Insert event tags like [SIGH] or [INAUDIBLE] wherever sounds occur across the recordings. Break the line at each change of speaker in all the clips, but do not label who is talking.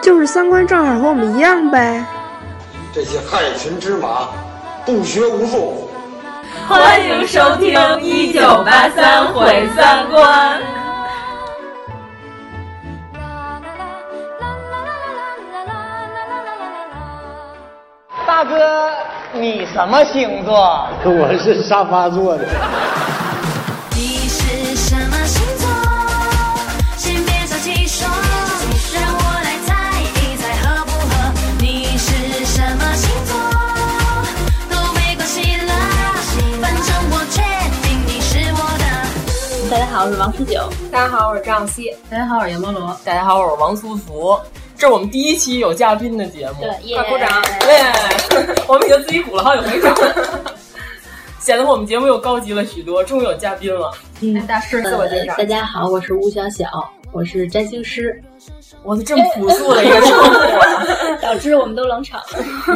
就是三观正好和我们一样呗。
这些害群之马，不学无术。
欢迎收听《一九八三毁三观》。
大哥，你什么星座？
我是沙发座的。
你是什么星座？先别着急说，让我来猜一猜合不合。你是什么星座都没关系啦，反正我确定你是我的。
大家好，我是王十九。
大家好，我是张希。
大家好，我是阎摩罗。
大家好，我是王苏福。这是我们第一期有嘉宾的节目，
对
快鼓掌！耶，我们已经自己鼓了好几回掌， [LAUGHS] 显得我们节目又高级了许多。终于有嘉宾了，
嗯，大师自我介绍。
呃大家好，我是吴小小，我是占星师。
我的这么朴素的一个称呼，
[LAUGHS] 导致我们都冷场。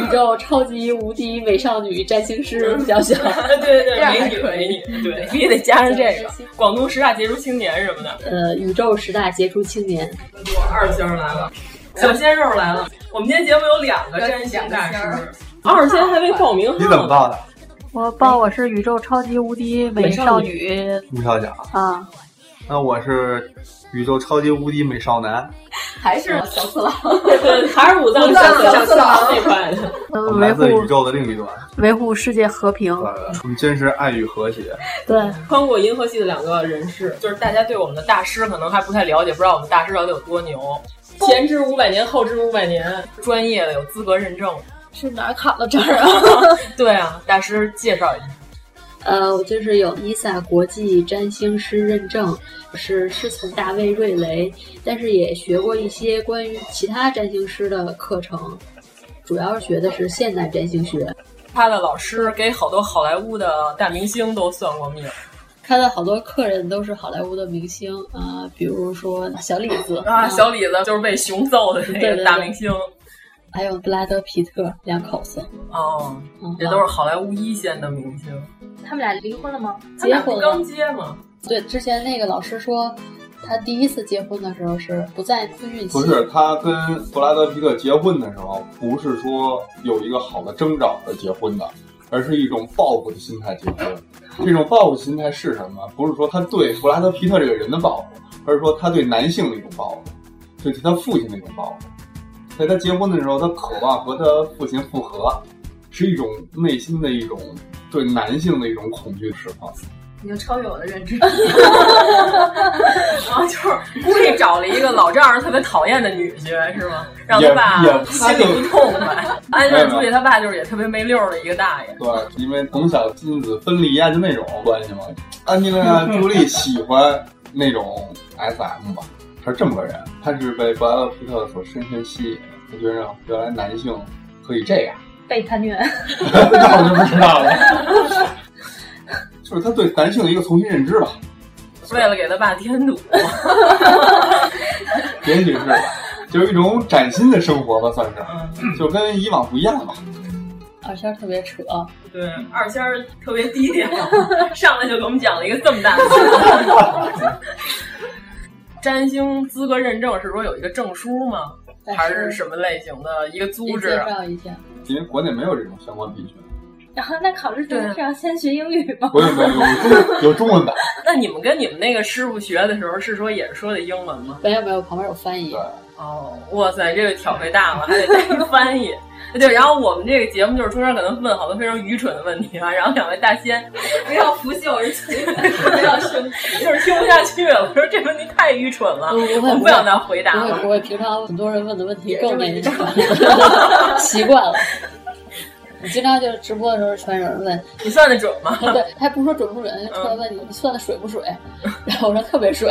宇宙超级无敌美少女占星师吴小小，
[LAUGHS] 对对对，美女美女，对，必须得加上这个。广东十大杰出青年什么的，
呃，宇宙十大杰出青年，
二仙来了。小鲜肉来了！我们今天节目有两个占星大师，二仙还没报名号。
你怎么报的？
我报我是宇宙超级无敌美少女
吴小小
啊。
那我是宇宙超级无敌美少男，
还是小次郎？
还是武藏小次郎那块
的？来自宇宙的另一端，
呃
呃
维护世界和平。
我们真是爱与和谐。
对，
穿过银河系的两个人士，就是大家对我们的大师可能还不太了解，不知道我们大师到底有多牛。前知五百年，后知五百年，专业的有资格认证。
是哪儿卡到这儿啊？
[LAUGHS] 对啊，大师介绍一下。
呃，我就是有伊萨国际占星师认证，是师从大卫瑞雷，但是也学过一些关于其他占星师的课程，主要学的是现代占星学。
他的老师给好多好莱坞的大明星都算过命。
他的好多客人都是好莱坞的明星啊、呃，比如说小李子
啊，小李子就是被熊揍的那个大明星，
对对对还有布拉德皮特两口子嗯
哦，这都是好莱坞一线的明星。
他们俩离婚了吗？
结婚
刚结嘛。
对，之前那个老师说，他第一次结婚的时候是不在自孕期。
不是，他跟布拉德皮特结婚的时候，不是说有一个好的征兆而结婚的。而是一种报复的心态结婚，这种报复心态是什么？不是说他对布拉德皮特这个人的报复，而是说他对男性的一种报复，对他父亲的一种报复。在他结婚的时候，他渴望和他父亲复合，是一种内心的一种对男性的一种恐惧的释放。
已经超越我的认知，
然后就是故意找了一个老丈人特别讨厌的女婿，是吗？让他爸心里不痛
[LAUGHS]
快。按认出去，他爸就是也特别没溜的一个大爷。
对，因为从小亲子分离啊，就那种关系嘛。安吉丽娜·朱莉喜欢那种 SM 吧，她是这么个人，她是被布拉德·皮特所深深吸引，她觉得原来男性可以这样
被他 [LAUGHS] 虐，
那我就不知道了。就是他对男性的一个重新认知吧，
为了给他爸添
[LAUGHS]
堵，
也许是，就是一种崭新的生活吧，算是，就跟以往不一样吧。
二仙特别扯，
对，二仙特别低调，上来就给我们讲了一个这么大的。占星资格认证是说有一个证书吗？还哎是什么类型的一个组织？啊
介绍一下，
因为国内没有这种相关培训。
然后啊那考试就是要先学英语吗？
[LAUGHS] 不用不用，有有中文版。
那你们跟你们那个师傅学的时候，是说也是说的英文吗？
[LAUGHS] 没有没有，旁边有翻译。
哦，哇塞，这个挑费大 [LAUGHS] 了，还得带翻译。对，然后我们这个节目就是中间可能问好多非常愚蠢的问题啊，然后两位大仙
不要拂袖而去，不要生气，
就是听不下去了。我说这问题太愚蠢了，
嗯、
我
不
想再回答了。
不会，平常很多人问的问题更没什么， [LAUGHS] 习惯了。你经常就是直播的时候，全有人问
你算的准吗？
[LAUGHS]
[LAUGHS]
嗯
对，还不说准不准，就突然问你，你算的水不水？然后我说特别水。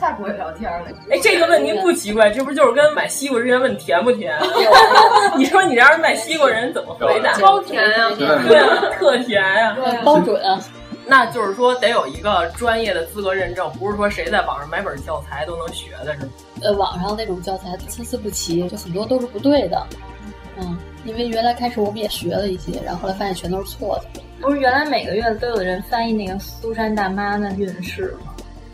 太不会聊天了。
哎，这个问题不奇怪，这不就是跟买西瓜之前问甜不甜？ [LAUGHS] 你说你让人卖西瓜人怎么回答？
超甜啊
对啊，特甜啊，
包准。
那就是说得有一个专业的资格认证，不是说谁在网上买本教材都能学的，是吗？
呃，网上那种教材参差不齐，就很多都是不对的。嗯，因为原来开始我们也学了一些，然后后来发现全都是错的。
不是原来每个月都有人翻译那个苏珊大妈的运势吗？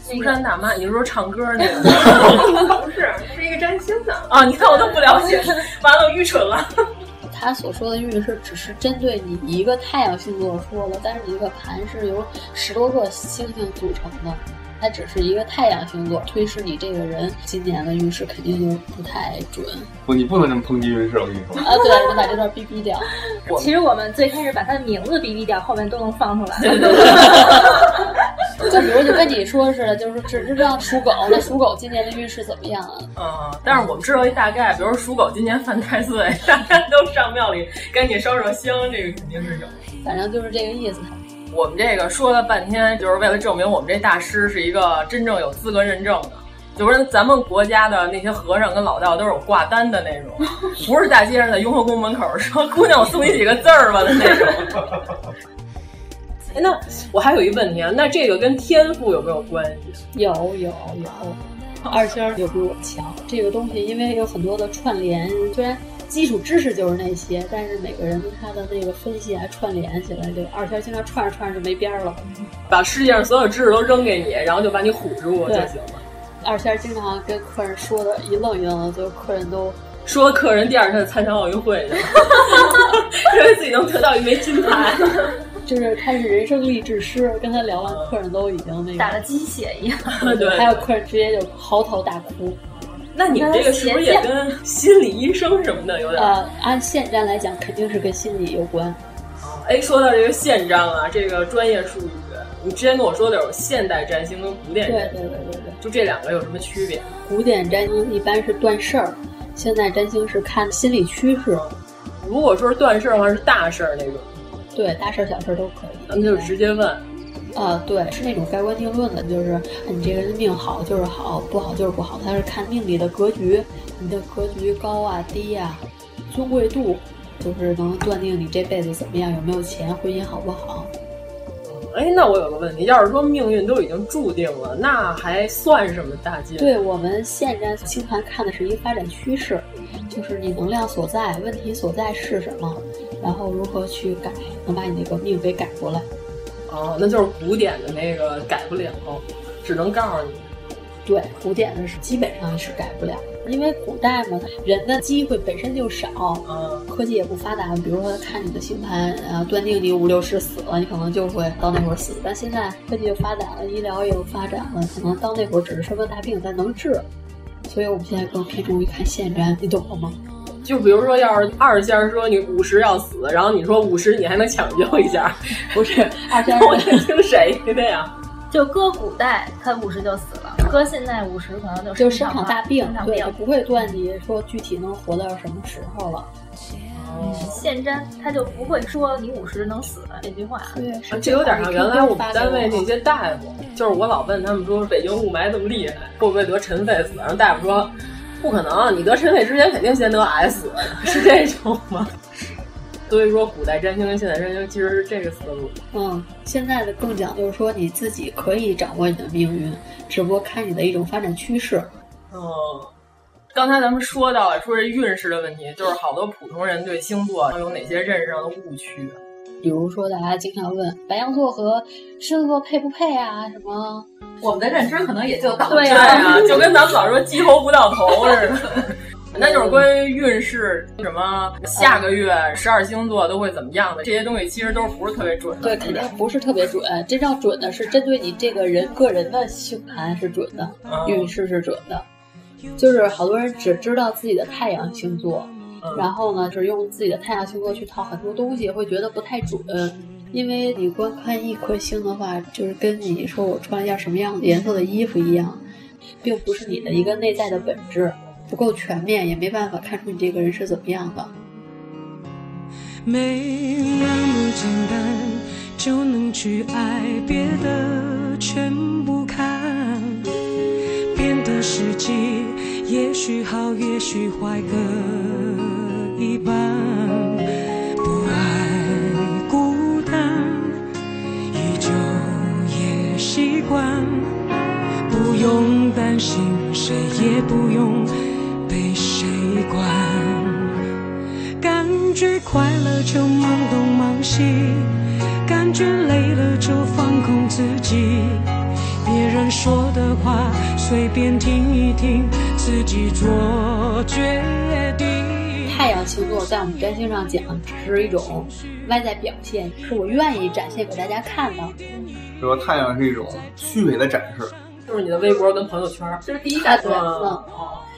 苏珊大妈，你是说唱歌 [LAUGHS] 那个？
不是，是一个占星的
啊！你看我都不了解，完了我愚蠢
[LAUGHS]
了。
他所说的运势只是针对你一个太阳星座说的，但是一个盘是由十多个星星组成的，它只是一个太阳星座推示你这个人今年的运势肯定就不太准。
不，你不能这么抨击运势，我跟你说。
啊，对，你把这段逼逼掉。
其实我们最开始把他的名字逼逼掉，后面都能 [LAUGHS] 放出来。
就比如就跟你说似的，就是只知道属狗，那属狗今年的运势怎么样
啊？嗯，但是我们知道一大概，比如属狗今年犯太岁，大家都上庙里赶紧烧烧香，这个肯定是有。
反正就是这个意思。
我们这个说了半天，就是为了证明我们这大师是一个真正有资格认证的。就不是咱们国家的那些和尚跟老道都是有挂单的那种， [LAUGHS] 不是大街上在雍和宫门口说“姑娘，我送你几个字儿吧”的那种。 [LAUGHS] 哎，那我还有一问题啊，那这个跟天赋有没有关系？
有有有，二仙儿有比我强。这个东西因为有很多的串联，虽然基础知识就是那些，但是每个人他的那个分析啊串联起来，这个二仙经常串着串着就没边儿了。
把世界上所有知识都扔给你，然后就把你唬住就行了。
二仙经常跟客人说的一愣一愣的，就是客人都。
说客人第二天参加奥运会去， [LAUGHS] 认为自己能得到一枚金 [LAUGHS] 牌，
就是开始人生励志诗。跟他聊完，客人都已经那个
打了鸡血一样。
对，
还有客人直接就嚎啕大哭。
那你们这个是不是也跟心理医生什么的有点？
呃，按现章来讲，肯定是跟心理有关。
哎，说到这个宪章啊，这个专业术语，你之前跟我说的有现代占星跟古典占
星，对对对对对，
就这两个有什么区别？
古典占星一般是断事儿。现在占星是看心理趋势，
如果说是断事儿的话，是大事儿那种，
对，大事儿、小事儿都可以。
咱们就直接问，
啊，对，是那种盖棺定论的，就是你这个人命好就是好，不好就是不好。它是看命里的格局，你的格局高啊、低啊、尊贵度，就是能断定你这辈子怎么样，有没有钱，婚姻好不好。
哎，那我有个问题，要是说命运都已经注定了，那还算什么大劲？
对我们现在星盘看的是一个发展趋势，就是你能量所在，问题所在是什么，然后如何去改，能把你那个命给改过来。
哦，那就是古典的那个改不了，只能告诉你。
对，古典的是基本上是改不了，因为古代嘛，人的机会本身就少，
嗯，
科技也不发达。比如说看你的星盘，啊，断定你五六十死了，你可能就会到那会儿死。但现在科技又发达了，医疗也有发展了，可能到那会儿只是生个大病，但能治。所以我们现在更偏重于看现占，你懂了吗？
就比如说，要是二仙说你五十要死，然后你说五十你还能抢救一下， [LAUGHS]
不是二仙，
我听谁的呀？
就搁古代，他五十就死了；搁现在五十可能就
就是
生
场大病，
病
对，不会断你说具体能活到什么时候了。
嗯，现占他就不会说你五十能死这句话。
对，
啊这有点像原来我们单位那些大夫，就是我老问他们说北京雾霾这么厉害，会不会得尘肺死？然后大夫说不可能，你得尘肺之前肯定先得癌死， [LAUGHS] 是这种吗？所以说，古代占星跟现代占星其实是这个思路。
嗯，现在的更讲就是说你自己可以掌握你的命运，只不过看你的一种发展趋势。
嗯，刚才咱们说到了，说这运势的问题，就是好多普通人对星座有哪些认识上的误区？啊
比如说，大家经常问白羊座和狮子座配不配啊？什么？
我们的认知可能也就到这
儿啊，就跟咱们老说鸡头不到头似的。那就是关于运势，什么下个月十二星座都会怎么样的这些东西，其实都不是特别准
的。对，肯定不是特别准。真正准的是针对你这个人个人的星盘是准的，嗯、运势是准的。就是好多人只知道自己的太阳星座，嗯、然后呢，是用自己的太阳星座去套很多东西，会觉得不太准。因为你光看一颗星的话，就是跟你说我穿一件什么样颜色的衣服一样，并不是你的一个内在的本质。不够全面，也没办法看出你这个人是怎么样的。
没那么简单，就能去爱，别的全不看。别世纪，也许好，也许坏各一半。不爱孤单，依旧也习惯，不用担心，谁也不用被谁管。感觉快乐就忙东忙西，感觉累了就放空自己。别人说的话随便听一听，自己做决定。
太阳星座在我们占星上讲，只是一种外在表现，是我愿意展现给大家看的。
就说太阳是一种虚伪的展示，
就是你的微博跟朋友圈，
这是第一感觉。
对，
嗯
嗯，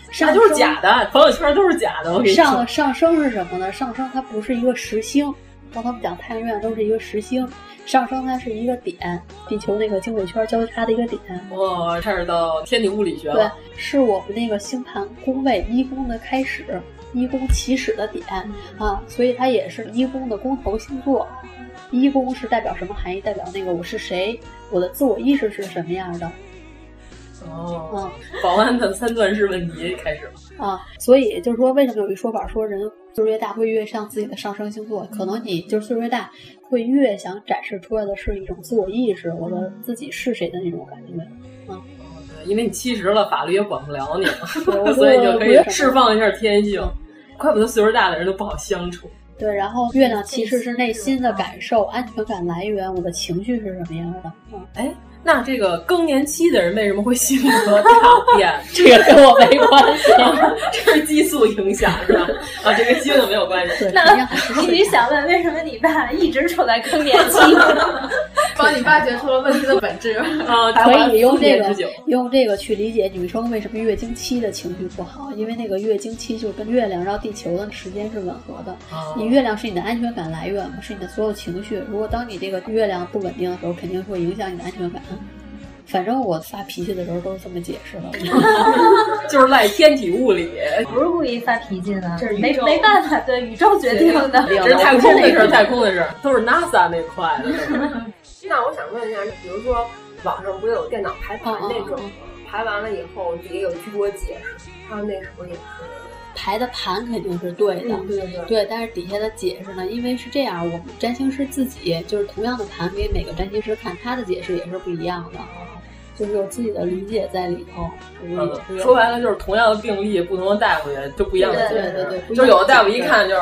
那
上
就是
升
假的，朋友圈都是假的。我跟你说，
上上升是什么呢？上升它不是一个实星，刚才我们讲太阳、月亮都是一个实星，上升它是一个点，地球那个经纬圈交叉的一个点。
我开始到天体物理学
对
了，，
是我们那个星盘宫位一宫的开始，一宫起始的点啊，所以它也是一宫的宫头星座。一宫是代表什么含义？代表那个我是谁，我的自我意识是什么样的
哦，
嗯
保安的三段式问题开始了。
啊？所以就是说，为什么有一说法说人岁数越大会越像自己的上升星座？可能你就是岁数越大，会越想展示出来的是一种自我意识，我的自己是谁的那种感觉。
因为你七十了，法律也管不了你
[LAUGHS]
了， [LAUGHS]
我
所以就可以
我也
释放一下天性。怪不得岁数大的人都不好相处。
对，然后月亮其实是啊内心的感受、安全感来源，我的情绪是什么样的？嗯，
哎，那这个更年期的人为什么会性
[LAUGHS]
格大变？
这个跟 [LAUGHS] 我没关系
[LAUGHS] 这是激素影响是
[LAUGHS]
吧？啊，这跟星座没有关系。
那我一直想问，为什么你爸一直处在更年期？
帮你发掘出了问题的本质。
啊
可以用这
四年
个
之久
用这个去理解女生为什么月经期的情绪不好，因为那个月经期就跟月亮绕地球的时间是吻合的。
哦
你月亮是你的安全感来源，是你的所有情绪。如果当你这个月亮不稳定的时候，肯定会影响你的安全感。反正我发脾气的时候都是这么解释的。
就是赖天体物理，
不是故意发脾气的，
这是宇
没
宙
没办法，对宇宙决定的。
这是太空的事儿，太空的事儿都是 NASA 那块的。
那我想问一下，比如说网上不是有电脑排盘 [LAUGHS] 那种吗？排完了以后也有居多解释，他们那时候也是。
排的盘肯定是对的，
嗯对对对
但是底下的解释呢，因为是这样，我们占星师自己就是同样的盘给每个占星师看，他的解释也是不一样的，啊就是有自己的理解在里头。
嗯说白了就是同样的病例，不同的大夫也就不一样的解
对对对
释。
对
就有的大夫一看就是。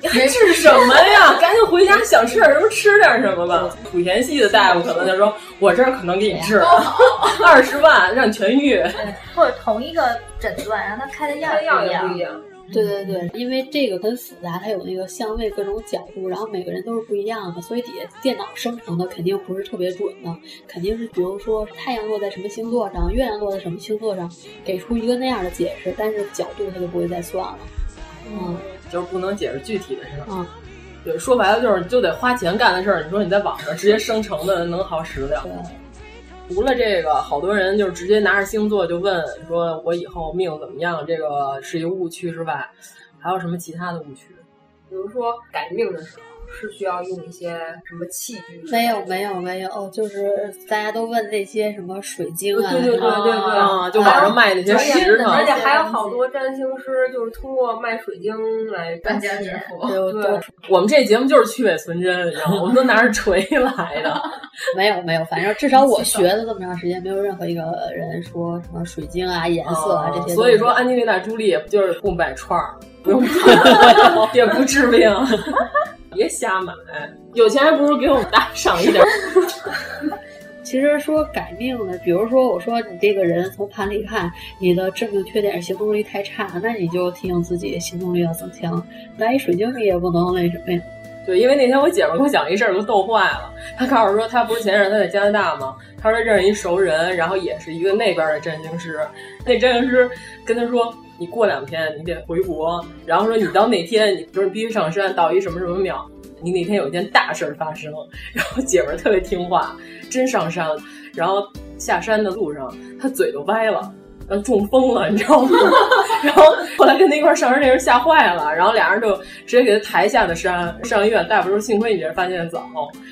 你还治什么呀？赶紧回家，想吃点什么吃点什么吧。莆田系的大夫可能就说：“我这儿可能给你治二十万，让你痊愈。
或者同一个诊断，然后他开的药
药也
不
不一样。
对对对，因为这个很复杂，它有那个相位各种角度，然后每个人都是不一样的，所以底下电脑生成的肯定不是特别准的，肯定是比如说太阳落在什么星座上，月亮落在什么星座上，给出一个那样的解释，但是角度它就不会再算了。”嗯，
就是不能解释具体的事儿。
嗯，
对，说白了就是就得花钱干的事儿。你说你在网上直接生成的能好使得了？除了这个，好多人就是直接拿着星座就问说我以后命怎么样，这个是一个误区之外，还有什么其他的误区？
比如说改命的时候，是需要用一些什么器具？
没有没有没有，哦，就是大家都问那些什么水晶啊，
对对对对对
啊
哦就网上卖那些石头
而且哦还有好多占星师就是通过卖水晶来赚
钱致富
对，
我们这节目就是去伪存真，你知道吗？我们都拿着锤来的。
没有没有，反正至少我学了这么长时间，没有任何一个人说什么水晶啊、颜色啊、这些东西。
哦所以说，安吉丽娜·朱莉也就是不买
[LAUGHS]
串儿，不用也不治病， [LAUGHS] 别瞎买，有钱还不如给我们大家赏一点儿。
其实说改命呢，比如说我说你这个人从盘里看，你的致命缺点是行动力太差，那你就提醒自己行动力要增强。拿一水晶你也不能那什么呀。
对，因为那天我姐们儿给我讲一事儿，给我逗坏了。她告诉我说，她不是前阵儿她在加拿大吗？她说认识一熟人，然后也是一个那边儿的占星师。那占星师跟她说，你过两天你得回国，然后说你到那天，你就是必须上山到一什么什么庙，你那天有一件大事儿发生。然后姐们儿特别听话，真上山了。然后下山的路上，她嘴都歪了。然后中风了，你知道吗？ [LAUGHS] 然后后来跟他一块儿上山那人吓坏了，然后俩人就直接给他抬下的山，上医院。大夫说：“幸亏你这发现的早，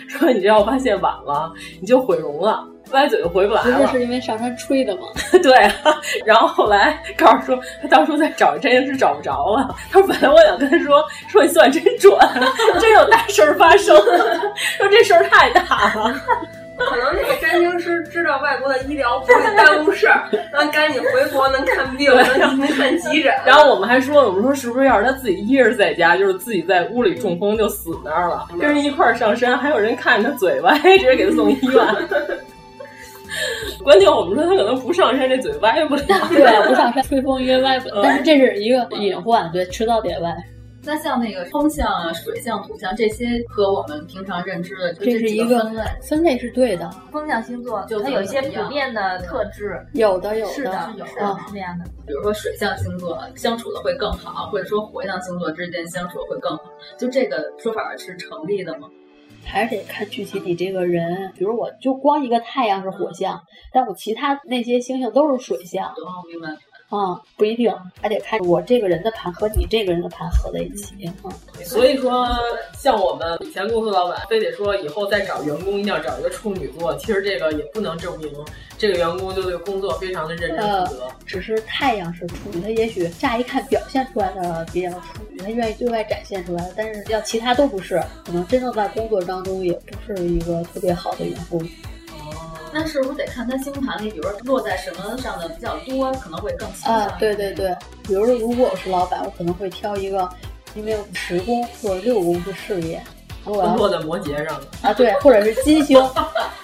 说你这要发现晚了，你就毁容了。”歪嘴就回不来
不
了。
是是因为上山吹
[LAUGHS]
的吗？
对，啊然后后来告诉说他当初在找真是找不着了。他说本来我想跟他说说你算真准， [LAUGHS] 真有大事儿发生， [LAUGHS] 说这事儿太大了。
可能那个占星师知道外国的医疗不会耽误
[LAUGHS]
事儿，让赶紧回国能看病，能能看急诊。
然后我们还说呢，我们说是不是要是他自己一人在家，就是自己在屋里中风就死那儿
嗯
了，跟人一块儿上山，还有人看着他嘴歪， [LAUGHS] 直接给他送医院。
[LAUGHS]
关键我们说他可能不上山，这嘴歪不了。
对，不上山吹风约歪不
嗯
了，但是这是一个隐患，对，迟早得歪。
那像那个风象啊、水象、土象这些，和我们平常认知的，就
这是
几
一
个
个分类是对的，
风象星座
就
它
怎
有
么
一些
怎么
普
样
遍的特质，
有的有
是
的
的，有
是
的
是这样的。嗯
比如说水象星座相处的会更好，或者说火象星座之间相处会更好，就这个说法是成立的吗？
还是得看具体你这个人。比如我就光一个太阳是火象，但我其他那些星星都是水象。
哦，明白。
啊、不一定，还得看我这个人的盘和你这个人的盘合在一起。嗯，
所以说，像我们以前公司老板非得说以后再找员工一定要找一个处女座，其实这个也不能证明这个员工就对工作非常的认真
呃
负责。，
只是太阳是处女，他也许乍一看表现出来的比较处女，他愿意对外展现出来，但是要其他都不是，可能真正在工作当中也不是一个特别好的员工。呃
那是不是得看他星盘里，比如说落在什么上的比较多，可能会更倾
啊
向？，
嗯
对对对，比如说，如果我是老板，我可能会挑一个，因为十宫或者六宫是事业，我要
落在摩羯上了，
啊，对，或者是金星，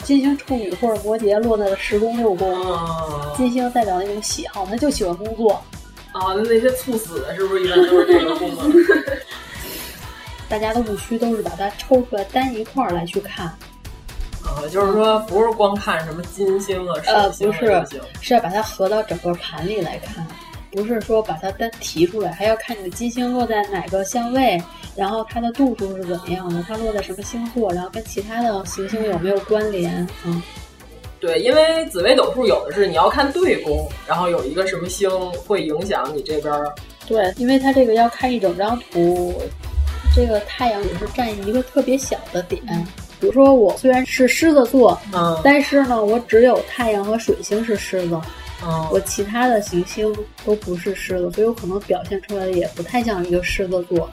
金星处女或者摩羯落在了十宫六宫，
哦
金星代表那种喜好，他就喜欢工作。
啊，那那些猝死的是不是一般都是这个功能？
[LAUGHS] 大家都不虚，都是把它抽出来单一块儿来去看，
啊，就是说不是光看什么金星啊、
呃，
水
不
星
是
啊就行。，
是要把它合到整个盘里来看，不是说把它单提出来，还要看你的金星落在哪个相位，然后它的度数是怎么样的，它落在什么星座，然后跟其他的行星有没有关联，嗯，
对，因为紫微斗数有的是你要看对宫，然后有一个什么星会影响你这边儿
对，因为它这个要看一整张图，这个太阳只是占一个特别小的点。比如说，我虽然是狮子座，
嗯
但是呢，我只有太阳和水星是狮子，
嗯
我其他的行星都不是狮子，所以我可能表现出来的也不太像一个狮子座。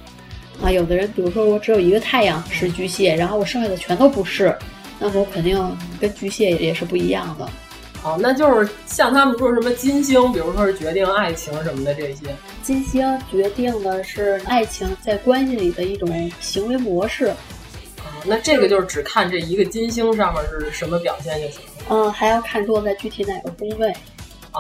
啊，有的人，比如说我只有一个太阳是巨蟹，然后我剩下的全都不是，那么我肯定跟巨蟹也是不一样的。
哦，那就是像他们说什么金星，比如说是决定爱情什么的这些。
金星决定的是爱情在关系里的一种行为模式，
嗯那这个就是只看这一个金星上面是什么表现就行了。
嗯，还要看落在具体哪个宫位。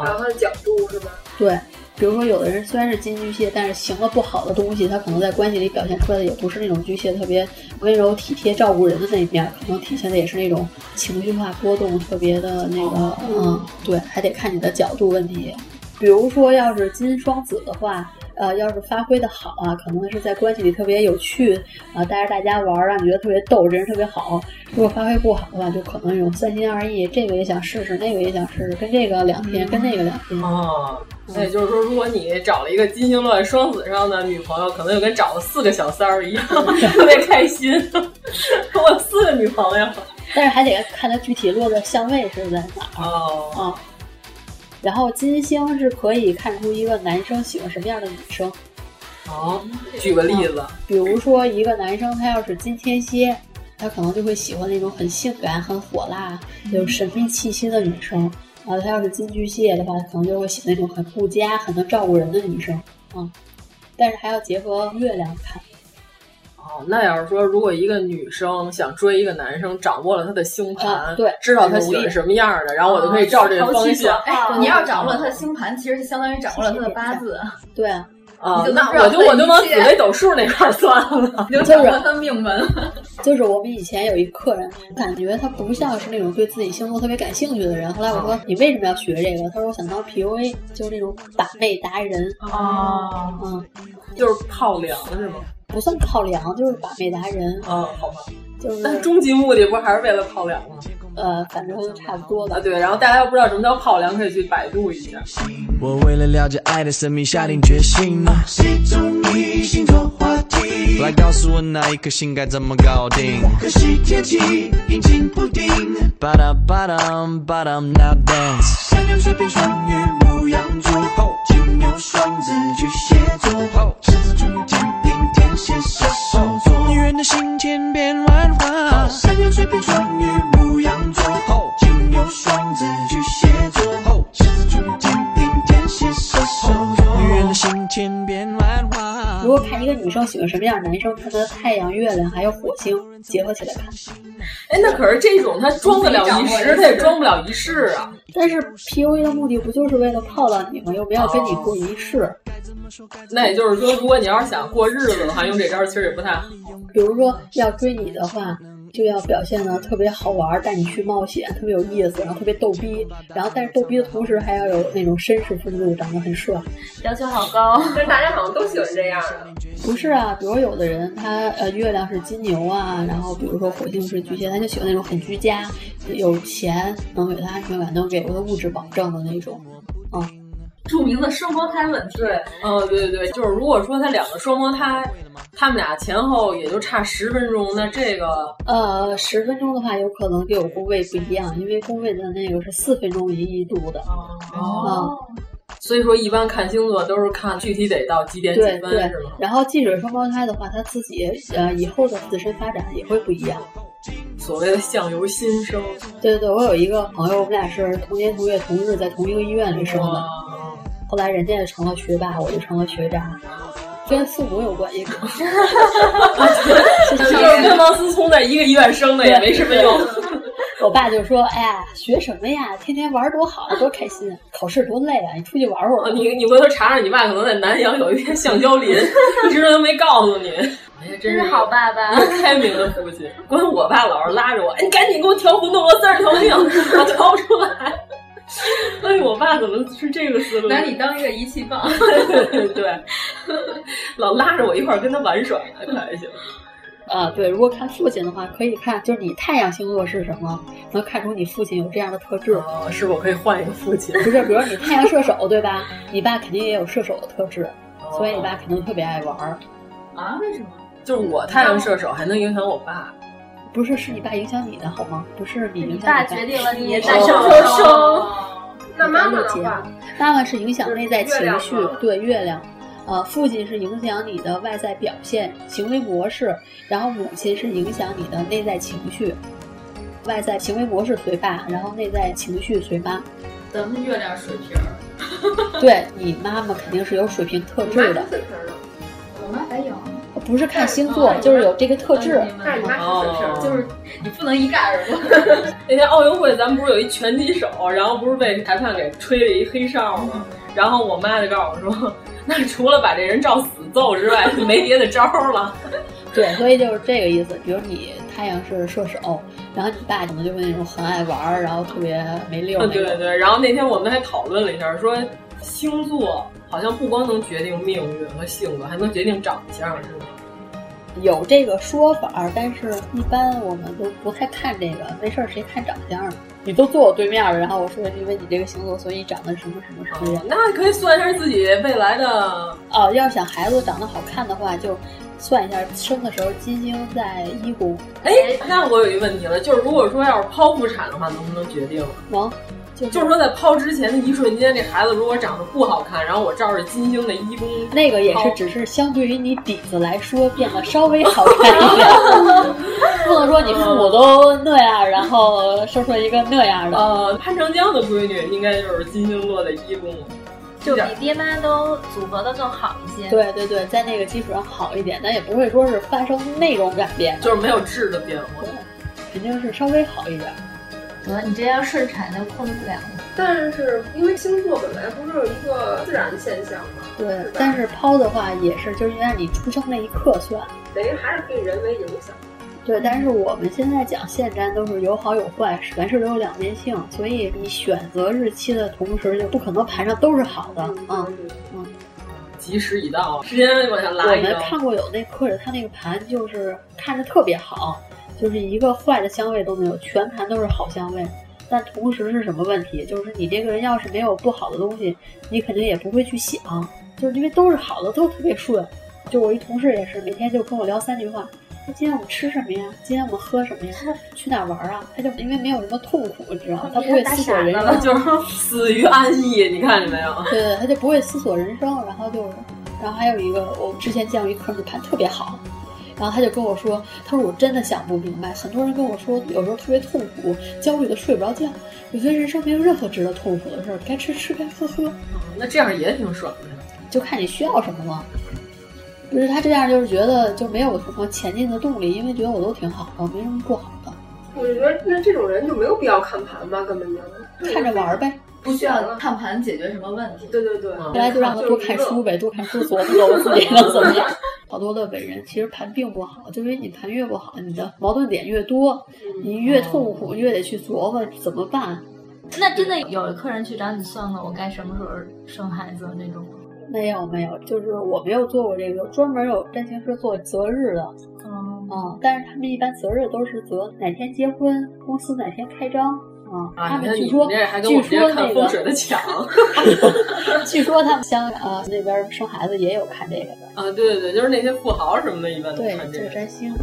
然后它的角度是吧？
对，比如说有的人虽然是金巨蟹，但是行了不好的东西，他可能在关系里表现出来的也不是那种巨蟹特别温柔体贴、照顾人的那一面，可能体现的也是那种情绪化波动特别的那个，嗯，对，还得看你的角度问题。比如说，要是金双子的话，呃，要是发挥的好啊，可能是在关系里特别有趣啊，带着大家玩儿，让你觉得特别逗，这人特别好。如果发挥不好的话，就可能有三心二意，这个也想试试，那个也想试试，跟这个两天，跟那个两天。
哦，那也就是说，如果你找了一个金星落在双子上的女朋友，可能就跟找了四个小三儿一样， [LAUGHS] 特别开心。 [LAUGHS] 我有四个女朋友。
但是还得看它具体落的相位是在哪儿
哦，
啊。然后金星是可以看出一个男生喜欢什么样的女生，
哦，举个例子，
比如说一个男生他要是金天蝎，他可能就会喜欢那种很性感、很火辣、有神秘气息的女生。然后他要是金巨蟹的话，可能就会喜欢那种很顾家、很能照顾人的女生。嗯，但是还要结合月亮看。
哦，那要是说，如果一个女生想追一个男生，掌握了他的星
哦
盘，
啊对
知道他喜欢什么样的，然后我就可以照这个方向。
哎，你要掌握了他的星盘，其实就相当于掌握了他的八字。
对啊，
啊
你就，能
那
知道
我就
他
我就
一
往紫
切
微斗数那块儿算了，
你就掌握他命门。
就是我们以前有一客人，感觉他不像是那种对自己星座特别感兴趣的人。后来我说你为什么要学这个？他说我想当 PUA，就是那种把妹达人。
哦，
嗯，
就是泡凉是吗？
不算泡凉，就是把妹达人。
啊，好吧。
就是
但终极目的不还是为了泡凉吗？啊
呃，反正差不多
吧。对，然后大家要不知道什么叫泡凉，可以去百度一下。
我为了了解爱的神秘下定决心了。心中一心做话题，来告诉我哪一颗星该怎么搞定。
可惜天气阴晴不定，
巴达巴达巴达 now dance。
山羊、水瓶、双鱼、牧羊座，金牛、双子、巨蟹座，狮子、处女、天平、天蝎、射手座。
女人的心千变万化，
山羊、水瓶、双鱼、牧羊座，金牛、双子、巨蟹座，狮子、处女、天平、天蝎、射手座。
女人的心千变万化。
如果看一个女生喜欢什么样的男生，看她的太阳、月亮还有火星结合起来看。
哎，那可是这种他装得了一时，他也装不了一世啊。
但是 PUA 的目的不就是为了泡到你吗？又没有跟你过一世。
那也就是说，如果你要是想过日子的话，用这招其实也不太好。
比如说要追你的话，就要表现的特别好玩，带你去冒险，特别有意思，然后特别逗逼，然后但是逗逼的同时还要有那种绅士风度，长得很帅。
[LAUGHS] 要求好高，
但大家好像都喜欢这样的。
不是啊，比如有的人他呃月亮是金牛啊，然后比如说火星是巨蟹，他就喜欢那种很居家、有钱，能给他安全感，能给我的物质保证的那种，啊、
著名的双胞胎问题。
对，嗯，对对对，就是如果说他两个双胞胎，他们俩前后也就差十分钟，那这个
呃，十分钟的话，有可能给我宫位不一样，因为宫位的那个是四分钟为一度的。啊
哦、所以说一般看星座都是看具体得到几点几
对
分
对
是吗，？
然后即使双胞胎的话，他自己呃以后的自身发展也会不一样。
所谓的相由心生。
对对对，我有一个朋友，我们俩是同年同月同日在同一个医院里生的，后来人家就成了学霸，我就成了学渣，跟父母有关系。
[LAUGHS] 就是跟王思聪在一个医院生的，也没什么用。
[LAUGHS] 我爸就说：“哎呀，学什么呀？天天玩儿多好，多开心！考试多累啊，你出去玩会儿。”
哦 [LAUGHS] 你你回头查查，你爸可能在南阳有一片橡胶林， [LAUGHS] 一直都没告诉你。哎呀，真
真是
一个
好爸爸。
开明的父 [LAUGHS] 亲，关键我爸老是拉着我，哎，你赶紧给我调馄饨，我三十条 [LAUGHS] 命，我调不出来。哎，我爸怎么是这个思
[LAUGHS]
路？
拿你当一个仪器棒。
[LAUGHS] 对，老拉着我一块儿跟他玩耍，开心。
啊，对，如果看父亲的话，可以看就是你太阳星座是什么，能看出你父亲有这样的特质。
哦，是我可以换一个父亲。
不是，比如你太阳射手，对吧？你爸肯定也有射手的特质，所以你爸肯定特别爱玩儿。
啊？为什么？
就是我太阳射手还能影响我爸，
不是，是你爸影响你的好吗？不是你影响
爸
你
决定了你
也
也诞生
[LAUGHS] 生
出
生。
哦
那妈妈
结
的话，
妈妈是影响内在
月亮
情绪
吗，
对月亮。呃，父亲是影响你的外在表现、行为模式，然后母亲是影响你的内在情绪，外在行为模式随爸，然后内在情绪随妈。
咱们月亮水瓶儿，
对你妈妈肯定是有水平特质的，
我妈还有。
不是看星座，就是有这个
哦
特质。
那你妈
是水瓶儿
就是你不能一概而论。
那天奥运会，咱们不是有一拳击手，然后不是被裁判给吹了一黑哨
嗯
吗？然后我妈就告诉我说， [LAUGHS] 那除了把这人照死揍之外，就没别的招儿
[LAUGHS]
了。
对，所以就是这个意思。比如你太阳是射手，然后你爸可能就是那种很爱玩儿，然后特别没溜儿
嗯，
那种。
对对对。然后那天我们还讨论了一下，说星座好像不光能决定命运和性格，还能决定长相，是吗？
有这个说法儿，但是一般我们都不太看这个。没事儿，谁看长相啊？你都坐我对面了，然后我说因为你这个星座，所以你长得什么什么什么样。
那可以算一下自己未来的。
哦，要是想孩子长得好看的话，就算一下生的时候金星在一宫，
哎，那我有一问题了，就是如果说要是剖腹产的话，能不能决定？
能，
就是说在剖之前的一瞬间，这孩子如果长得不好看，然后我照着金星的一宫，
那个也是只是相对于你底子来说变得稍微好看一 [LAUGHS] 点，不能说你父母都那样，然后生出来一个那样的。
呃，潘长江的闺女应该就是金星座的一宫，
就比爹妈都组合的更好一些。
对对对，在那个基础上好一点，但也不会说是发生那种改变，
就是没有质的变化。
肯定是稍微好一点。
得你这要顺产就控制不了了。
但是因为星座本来不是一个自然现象嘛，
对，但是抛的话也是，就是因为你出生那一刻算。
等于还是可以人为影响。
对，但是我们现在讲现占都是有好有坏，凡事都有两面性，所以你选择日期的同时，就不可能盘上都是好的啊。嗯，
及时已到，时间往下
我
拉一
们
刀。
看过有那客人，他那个盘就是看着特别好，就是一个坏的香味都没有，全盘都是好香味。但同时是什么问题？就是你这个人要是没有不好的东西，你肯定也不会去想，就是因为都是好的，都特别顺。就我一同事也是，每天就跟我聊三句话。说今天我们吃什么呀？今天我们喝什么呀？去哪儿玩啊？他就因为没有什么痛苦，你知道吗？他不会思索人啊生，
就是死于安逸。你看见没有？
对对，他就不会思索人生，然后就是，然后还有一个，我之前见过一哥们儿盘特别好，然后他就跟我说，他说我真的想不明白，很多人跟我说有时候特别痛苦，焦虑的睡不着觉，我觉得人生没有任何值得痛苦的事儿，该吃吃，该喝喝，
那这样也挺爽的呀。
就看你需要什么了。就是他这样，就是觉得就没有什么前进的动力，因为觉得我都挺好的，没什么不好的，
我就觉得那这种人就没有必要看盘吧，根本就
看着玩儿呗。
不需要看盘解决什么问题。
对对对，
嗯
后来就让他多看书呗，多看
[LAUGHS]
书琢磨琢磨自己能怎么样。好多的伟人其实盘并不好，就因为你盘越不好，你的矛盾点越多，你越痛苦，越得去琢磨怎么办。
嗯那真的有客人去找你算了，我该什么时候生孩子那种吗？
没有没有，就是我没有做过这个，专门有占星师做择日的，
嗯
啊、但是他们一般择日都是择哪天结婚，公司哪天开张啊。
啊
他
你看
们据
你
说
们这还跟
据
我们这
说
看
那
风水的
个，
强
[LAUGHS] 据说他们香港呃那边生孩子也有看这个的，
啊！对对对，就是那些富豪什么的，一般都
对，
看
就
这
是
个。
占星。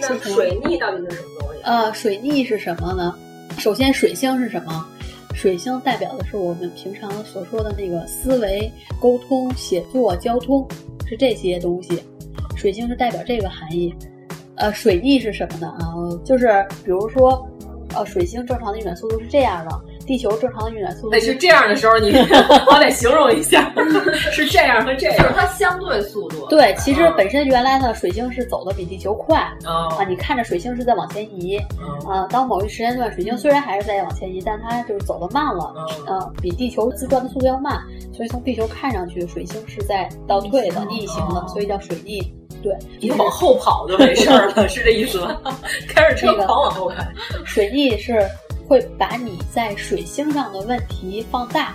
那水逆到底是什么东西？
呃，水逆是什么呢？首先，水星是什么？水星代表的是我们平常所说的那个思维、沟通、写作、交通，是这些东西。水星是代表这个含义。呃，水逆是什么呢？啊，就是比如说，呃，水星正常的运转速度是这样的，地球正常的运转速度
得是这样的时候，你我得形容一下，是这样和这
就是
样。
它相对速度。
对，其实本身原来呢，水星是走的比地球快、
哦
啊，你看着水星是在往前移、啊，当某一时间段，水星虽然还是在往前移，但它就是走的慢了，
哦
啊，比地球自转的速度要慢，所以从地球看上去，水星是在倒退的、啊逆行的，所以叫水逆。对，
你往后跑就没事儿了，是这意思吗？开着车
那个
狂往后开。
水逆是会把你在水星上的问题放大，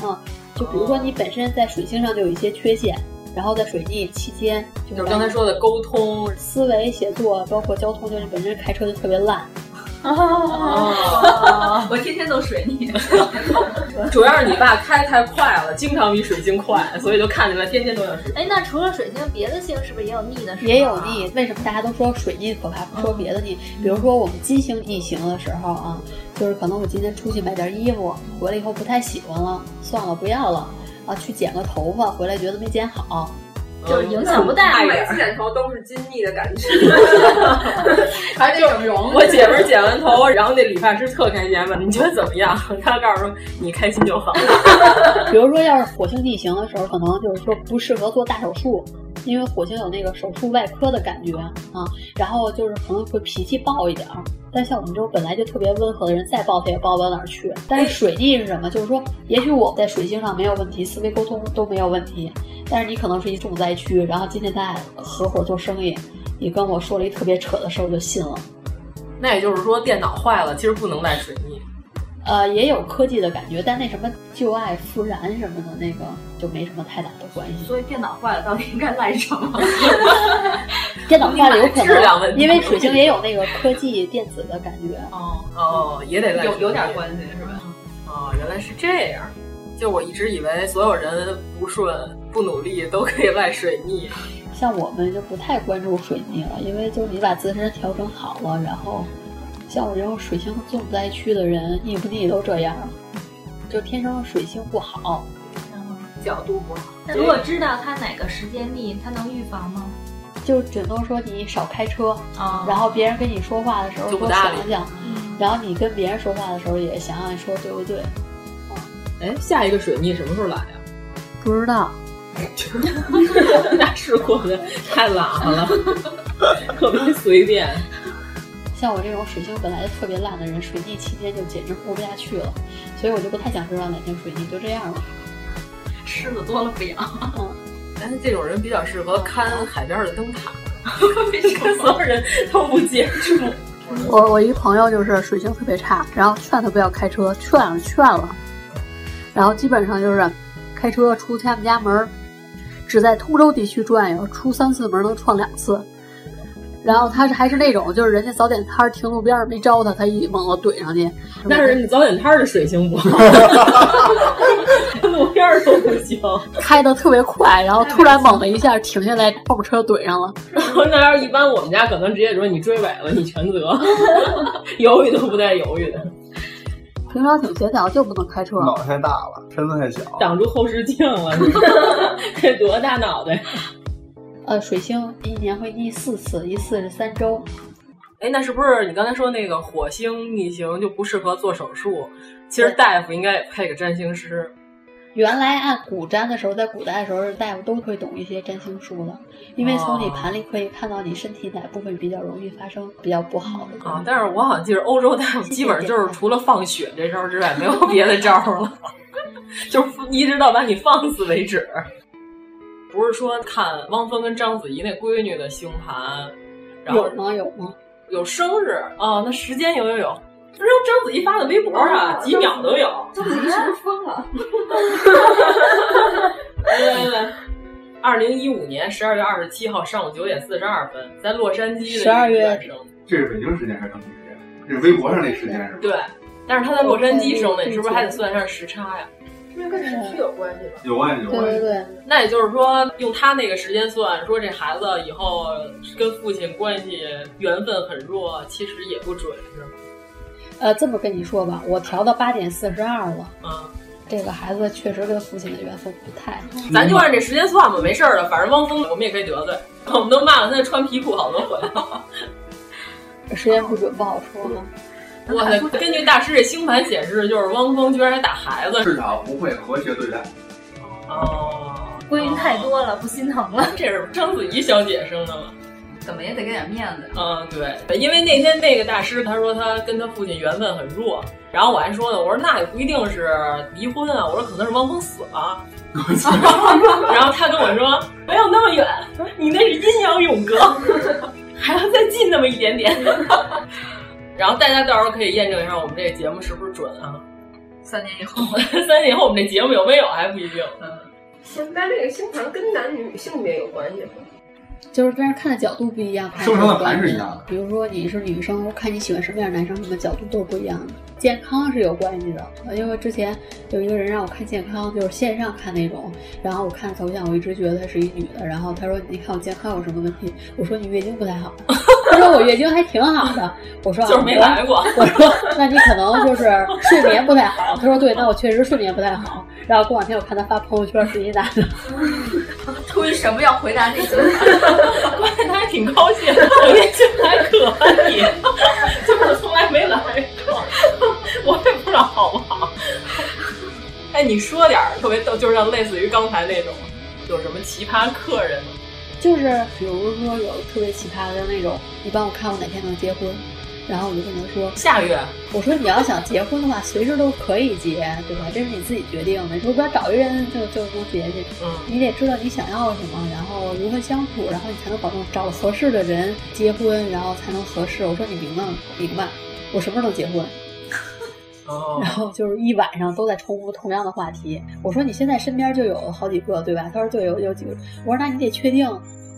啊，就比如说你本身在水星上就有一些缺陷，然后在水逆期间就
就是是刚才说的沟通，
思维、写作，包括交通，就是本身开车就特别烂。
哦，我天天都水逆。 [LAUGHS]
主要是你爸开太快了，经常比水晶快，所以就看起来天天都想睡。
哎，那除了水星，别的星是不是也有逆的时候啊？
也有逆，为什么大家都说水逆可怕，不说别的逆？比如说我们金星逆行的时候啊，就是可能我今天出去买件衣服，回来以后不太喜欢了，算了，不要了啊，去剪个头发，回来觉得没剪好，
嗯
就是影响不大。
每次剪头都是金逆的感
[LAUGHS]
觉，
还得整容
我姐们儿剪完头，然后那理发师特开心问：“你觉得怎么样？”他告诉说：“你开心就好。 [LAUGHS]
比如说，要是火星逆行的时候，可能就是说不适合做大手术，因为火星有那个手术外科的感觉啊。然后就是可能会脾气暴一点儿，但像我们这种本来就特别温和的人，再暴他也暴不到哪儿去。但是水逆是什么？就是说，也许我在水星上没有问题，思维沟通都没有问题，但是你可能是一重灾区。然后今天咱俩合伙做生意，你跟我说了一特别扯的事儿，我就信了。”
那也就是说，电脑坏了，其实不能带水逆。
呃，也有科技的感觉，但那什么旧爱复燃什么的，那个就没什么太大的关系。
所以电脑坏了，到底应该赖什么？
电脑坏了有可
质量问
能，
题
因为水星也有那个科技电子的感觉。啊
哦
哦，也得赖
[LAUGHS] 有
水逆
有点关系是吧？
哦，原来是这样。就我一直以为所有人不顺、不努力都可以赖水逆。
像我们就不太关注水逆了，因为就是你把自身调整好了，然后像我这种水星重灾区的人，逆不逆都这样，就天生水星不好。
角度不好。
嗯那如果知道它哪个时间逆，它能预防吗？
就顶多说你少开车，
啊
然后别人跟你说话的时候
哦就不
多
搭理
想想，
嗯
然后你跟别人说话的时候也想想说对不对？
哎，下一个水逆什么时候来啊呀、
不知道，
[LAUGHS] 那是我的太懒 [LAUGHS] 了，特别随便。
像我这种水星本来就特别烂的人，水逆期间就简直活不下去了，所以我就不太想知道哪天水逆，就这样了。
吃的多了不养，
但是这种人比较适合看海边的灯塔，跟所有人都不接触。
我我一朋友就是水性特别差，然后劝他不要开车，劝了劝了，然后基本上就是开车出他们家门儿，只在通州地区转悠，出三次门儿能撞两次。然后他是还是那种，就是人家早点摊儿停路边儿没招他，他一猛地怼上去。
但是你早点摊儿的水性不好，
[LAUGHS] 路面儿都不行，
开的特别快，然后突然猛的一下停下来，后面车怼上了。
然后那要是一般我们家可能直接说你追尾了，你全责， [LAUGHS] 犹豫都不带犹豫的。
平常挺协调，就不能开车。
脑太大了，身子太小，
挡住后视镜了，你 [LAUGHS] 这多大脑袋？
呃，水星一年会逆四次，一次是三周。
哎，那是不是你刚才说那个火星逆行就不适合做手术？其实大夫应该也配个占星师。
原来按古占的时候，在古代的时候，大夫都会懂一些占星术的，因为从你盘里可以看到你身体哪部分比较容易发生比较不好的
啊。但是我好像记得欧洲大夫基本上就是除了放血这招之外，没有别的招了， [LAUGHS] 就是一直到把你放死为止。不是说看汪峰跟章子怡那闺女的星盘，然后
有吗？有吗？
有生日啊，那时间有有有，这是章子怡发的微博啊，几秒都有。
章子怡是不是疯了？
来来来，二零一五年十二月二十七号上午九点四十二分，在洛杉矶的
十二月
生，
这是北京时间还是当地时间？这是微博上那时间是吧？
对，但是他在洛杉矶生的，你是不是还得算一下时差呀？
这跟时区有关系吧？
有关系，有
对
关
对
系。
对，
那也就是说，用他那个时间算，说这孩子以后跟父亲关系缘分很弱，其实也不准，是吗？
呃，这么跟你说吧，我调到八点四十二了。
啊，
这个孩子确实跟父亲的缘分不太好。
咱就按这时间算吧，没事儿了。反正汪峰我们也可以得罪，我们都骂了他那穿皮裤好多回了。
时间不准不好说了。
我的，根据大师这星盘显示，就是汪峰居然还打孩子。
市场不会和谐对待，
哦，
闺女太多了，不心疼了。
这是章子怡小姐生的吗？
怎么也得给点面子。
嗯，对，因为那天那个大师他说他跟他父亲缘分很弱，然后我还说呢，我说那也不一定是离婚啊，我说可能是汪峰死了。 [LAUGHS] 然后他跟我说没有那么远，你那是阴阳永隔， [LAUGHS] 还要再近那么一点点。 [LAUGHS] 然后大家到时候可以验证一下我们这个节目是不是准啊？ [LAUGHS]
三年以后，
三年以后我们这节目有没有还不一定。
现在这个星盘跟男女性别有关系吗？
就是但是看的角度不一样，
生成的
还
盘
是有
是一
关
样
系
的
比如说你是女生，我看你喜欢什么样的男生，什么角度都是不一样的。健康是有关系的，因为之前有一个人让我看健康，就是线上看那种，然后我看头像，我一直觉得她是一女的，然后他说你看我健康有什么问题？我说你月经不太好，他说我月经还挺好的，我说啊
就是没来过
我说那你可能就是睡眠不太好，他说对，那我确实睡眠不太好。然后过两天我看他发朋友圈是一男的，
出于什么要回答这些？
关键他还挺高兴，我年轻还可以，就是从来没来过，我也不知道好不好。哎，你说点儿特别逗，就是像类似于刚才那种，有什么奇葩客人吗？
就是比如说有特别奇葩的那种，你帮我看我哪天能结婚，然后我就跟他说
下个月
我说你要想结婚的话，随时都可以结，对吧？这是你自己决定的，你不要找一个人就就能结去。
嗯
你得知道你想要什么，然后如何相处，然后你才能保证找合适的人结婚，然后才能合适。我说你明白吗？明白。我什么时候结婚？
哦
然后就是一晚上都在重复同样的话题。我说你现在身边就有好几个，对吧？他说对，有有几个。我说那你得确定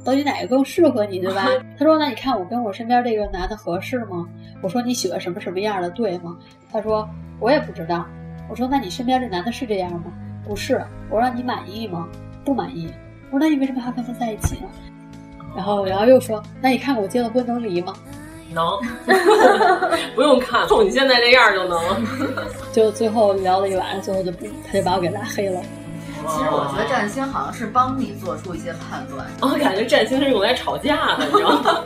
到底哪个更适合你，对吧？他说那你看我跟我身边这个男的合适吗？我说你喜欢什么什么样的，对吗？他说我也不知道。我说那你身边这男的是这样吗？不是。我说你满意吗？不满意。我说那你为什么还要跟他在一起呢？然后，然后又说，那你看我结了婚能离吗？
[LAUGHS]
能，不用看，冲你现在这样就能。
就最后聊了一晚上，最后就不，他就把我给拉黑了。
[LAUGHS] 其实我觉得占星好像是帮你做出一些判断。
哦我感觉占星是用来吵架的，你知道
[LAUGHS]
吗？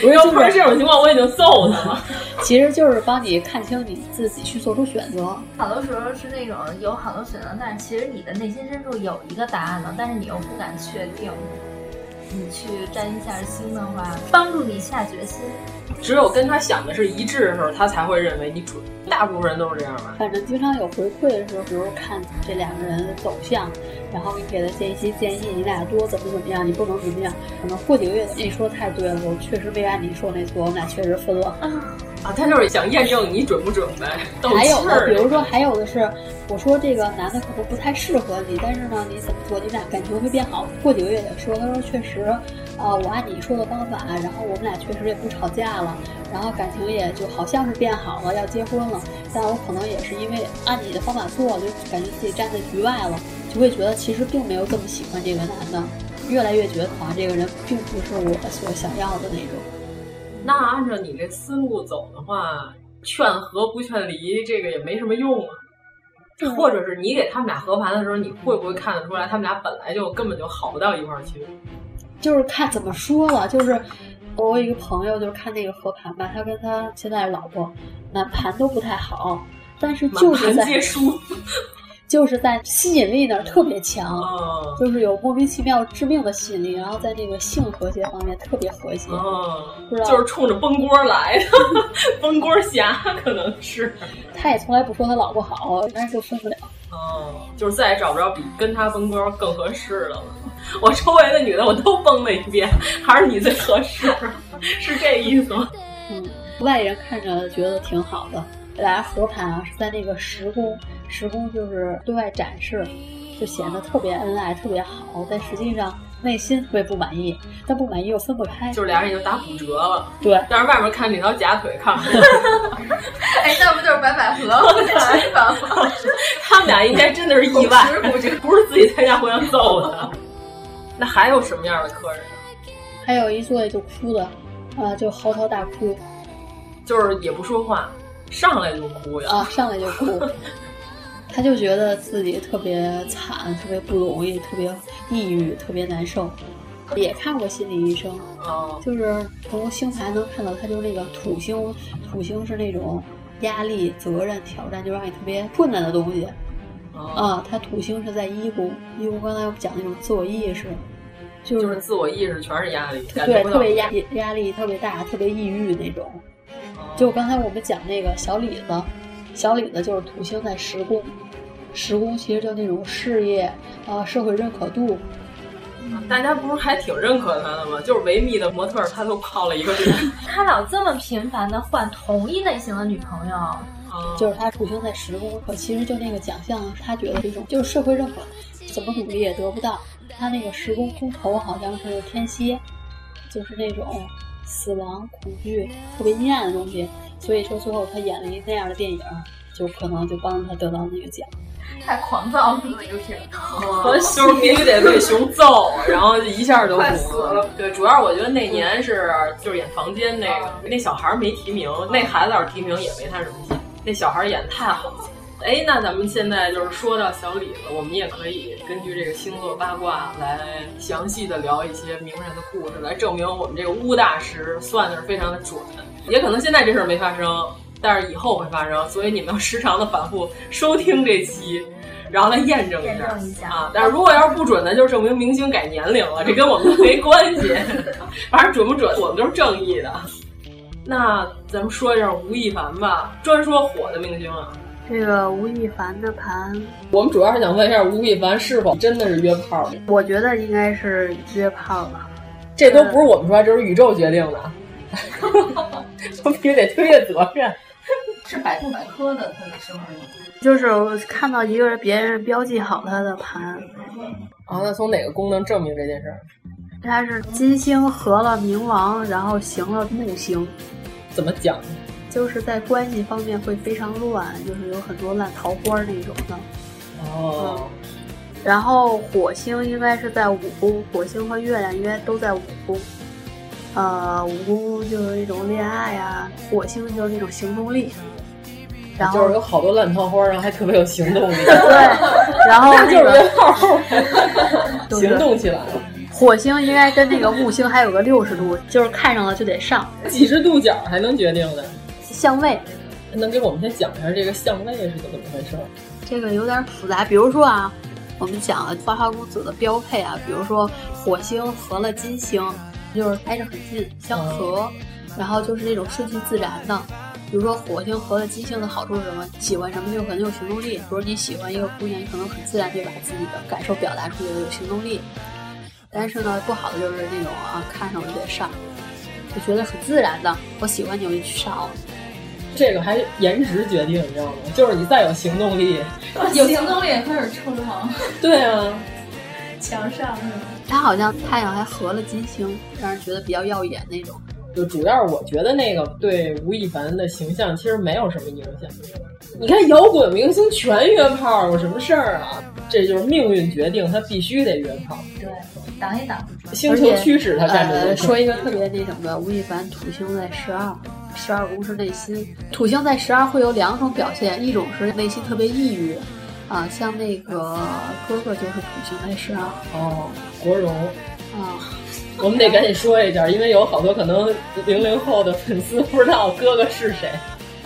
不是
要
就是
不是这种情况，我已经揍他了。
其实就是帮你看清你自己去做出选择。
好多时候是那种有好多选择，但是其实你的内心深处有一个答案了，但是你又不敢确定。你去占一下星的话，帮助你下决心。
只有跟他想的是一致的时候，他才会认为你准。大部分人都是这样吧？
反正经常有回馈的时候，比如看这两个人的走向，然后你给他建一些建议，你俩多怎么怎么样，你不能怎么样。可能过几个月，哎你说太对了，我确实没按你说那错，我们俩确实分了。
啊，他就是想验证你准不准呗， [LAUGHS] 斗
还
气
有的，
儿。
比如说还有的是，我说这个男的可能不太适合你，但是呢，你怎么做，你俩感情会变好。过几个月也说，他说确实，呃，我按你说的方法，然后我们俩确实也不吵架了，然后感情也就好像是变好了，要结婚了。但我可能也是因为按你的方法做，就感觉自己站在局外了。我也觉得其实并没有这么喜欢这个男的，越来越觉得好啊像这个人并不是我所想要的那种。
那按照你这思路走的话，劝和不劝离，这个也没什么用啊。或者是你给他们俩合盘的时候，你会不会看得出来，他们俩本来就根本就好不到一块儿去？
就是看怎么说了，就是我有一个朋友，就是看那个合盘吧，他跟他现在老婆满盘都不太好，但是就是在
满盘皆输
就是在吸引力那儿特别强，
哦
[LAUGHS] 就是有莫名其妙致命的吸引力，然后在这个性和谐方面特别和谐，
哦
不知道
就是冲着崩锅来的， [LAUGHS] 崩锅侠可能是。
他也从来不说他老婆好，但是就分不了。
哦，就是再也找不着比跟他崩锅更合适的了。我周围的女的我都崩了一遍，还是你最合适， [LAUGHS] 是这意思吗？
外人看着觉得挺好的。来合盘啊，是在那个时宫，时宫就是对外展示，就显得特别恩爱，特别好，但实际上内心特别不满意，但不满意又分不开，
就是俩人已经打骨折了，
对，
但是外面看两条假腿看， [LAUGHS]
哎，那不就是白百合 [LAUGHS] 吗？翅膀吗？
他们俩应该真的是意外，不是自己在家互相揍的。那还有什么样的客人？
还有一坐下就哭的，啊，就嚎啕大哭
就是也不说话，上来就哭呀？
啊，上来就哭，他就觉得自己特别惨，特别不容易，特别抑郁，特别难受。也看过心理医生，
哦，
就是从星盘能看到，他就是那个土星，土星是那种压力、责任、挑战，就让你特别困难的东西。
哦
啊，他土星是在一宫，一宫刚才我们讲那种自我意识，
就是自我意识全是压力，感觉
对，
不
特
到
别压压力特别大，特别抑郁那种。就刚才我们讲那个小李子，小李子就是土星在十宫，十宫其实就那种事业啊、社会认可度，
嗯大家不是还挺认可他的吗？就是维密的模特儿，他都泡了一个女的。
他老这么频繁的换同一类型的女朋友，
就是他土星在十宫，可其实就那个奖项，啊他觉得是一种就是社会认可，怎么努力也得不到。他那个十宫空头好像是天蝎，就是那种死亡、恐惧、特别阴暗的东西，所以说最后他演了一那样的电影，就可能就帮他得到那个奖。
太狂躁了，就是。
嗯就是必须得被熊揍，然后一下就
快
死了。对，主要我觉得那年是就是演房间那个，那小孩儿没提名，那孩子要是提名也没他什么戏。那小孩儿演的太好了。哎，那咱们现在就是说到小李子，我们也可以根据这个星座八卦来详细的聊一些名人的故事，来证明我们这个巫大师算的是非常的准。也可能现在这事儿没发生，但是以后会发生，所以你们要时常的反复收听这期，然后来验证一下。
验证一下
啊，但是如果要是不准呢，就证明明星改年龄了，这跟我们没关系。 [LAUGHS] 反正准不准，我们都是正义的。那咱们说一下吴亦凡吧，专说火的明星啊。
这个吴亦凡的盘，
我们主要是想问一下吴亦凡是否真的是约炮，
我觉得应该是约炮了。
这都不是我们说，这是宇宙决定的， [LAUGHS] 我们必须得推卸责任。
是百度百科的，他的生日。
就是我看到一个人别人标记好他的盘，
啊，那从哪个功能证明这件事儿？
他是金星合了冥王，然后行了木星，
怎么讲？
就是在关系方面会非常乱，就是有很多烂桃花那种的。
哦，
然后火星应该是在五宫，火星和月亮应该都在五宫。呃，五宫就是那种恋爱啊，火星就是那种行动力。然后
就是有好多烂桃花，然后还特别有行 [LAUGHS] 动力。
对，然后
那就是
个
约炮， [LAUGHS]
就是
行动起来了，
火星应该跟那个木星还有个六十度，就是看上了就得上
几十度角还能决定的。
相位。
能给我们先讲一下这个相位是个怎么回事儿？
这个有点复杂。比如说啊，我们讲啊花花公子的标配啊，比如说火星合了金星，就是挨着很近相合，然后就是那种顺其自然的。比如说火星合了金星的好处是什么？喜欢什么就很有行动力。比如你喜欢一个姑娘，你可能很自然就把自己的感受表达出来，有行动力。但是呢，不好的就是那种啊，看上了就得上，就觉得很自然的，我喜欢你我就去上了。
这个还颜值决定，你知道吗？就是你再有行动力，
有行动力也开始抽吗？
对啊，
墙上是吗？
它好像太阳还合了金星，让人觉得比较耀眼那种。啊
就主要是我觉得那个对吴亦凡的形象其实没有什么影响。你看摇滚明星全约炮，有什么事儿啊？这就是命运决定，他必须得约炮。
对，挡一挡。
星球驱使他干这个。
呃说一个特别那什么的，吴亦凡土星在十二，十二宫是内心。土星在十二会有两种表现，一种是内心特别抑郁，啊、像那个哥哥就是土星在十二。
哦，国荣。
啊、
我们得赶紧说一下，因为有好多可能零零后的粉丝不知道哥哥是谁。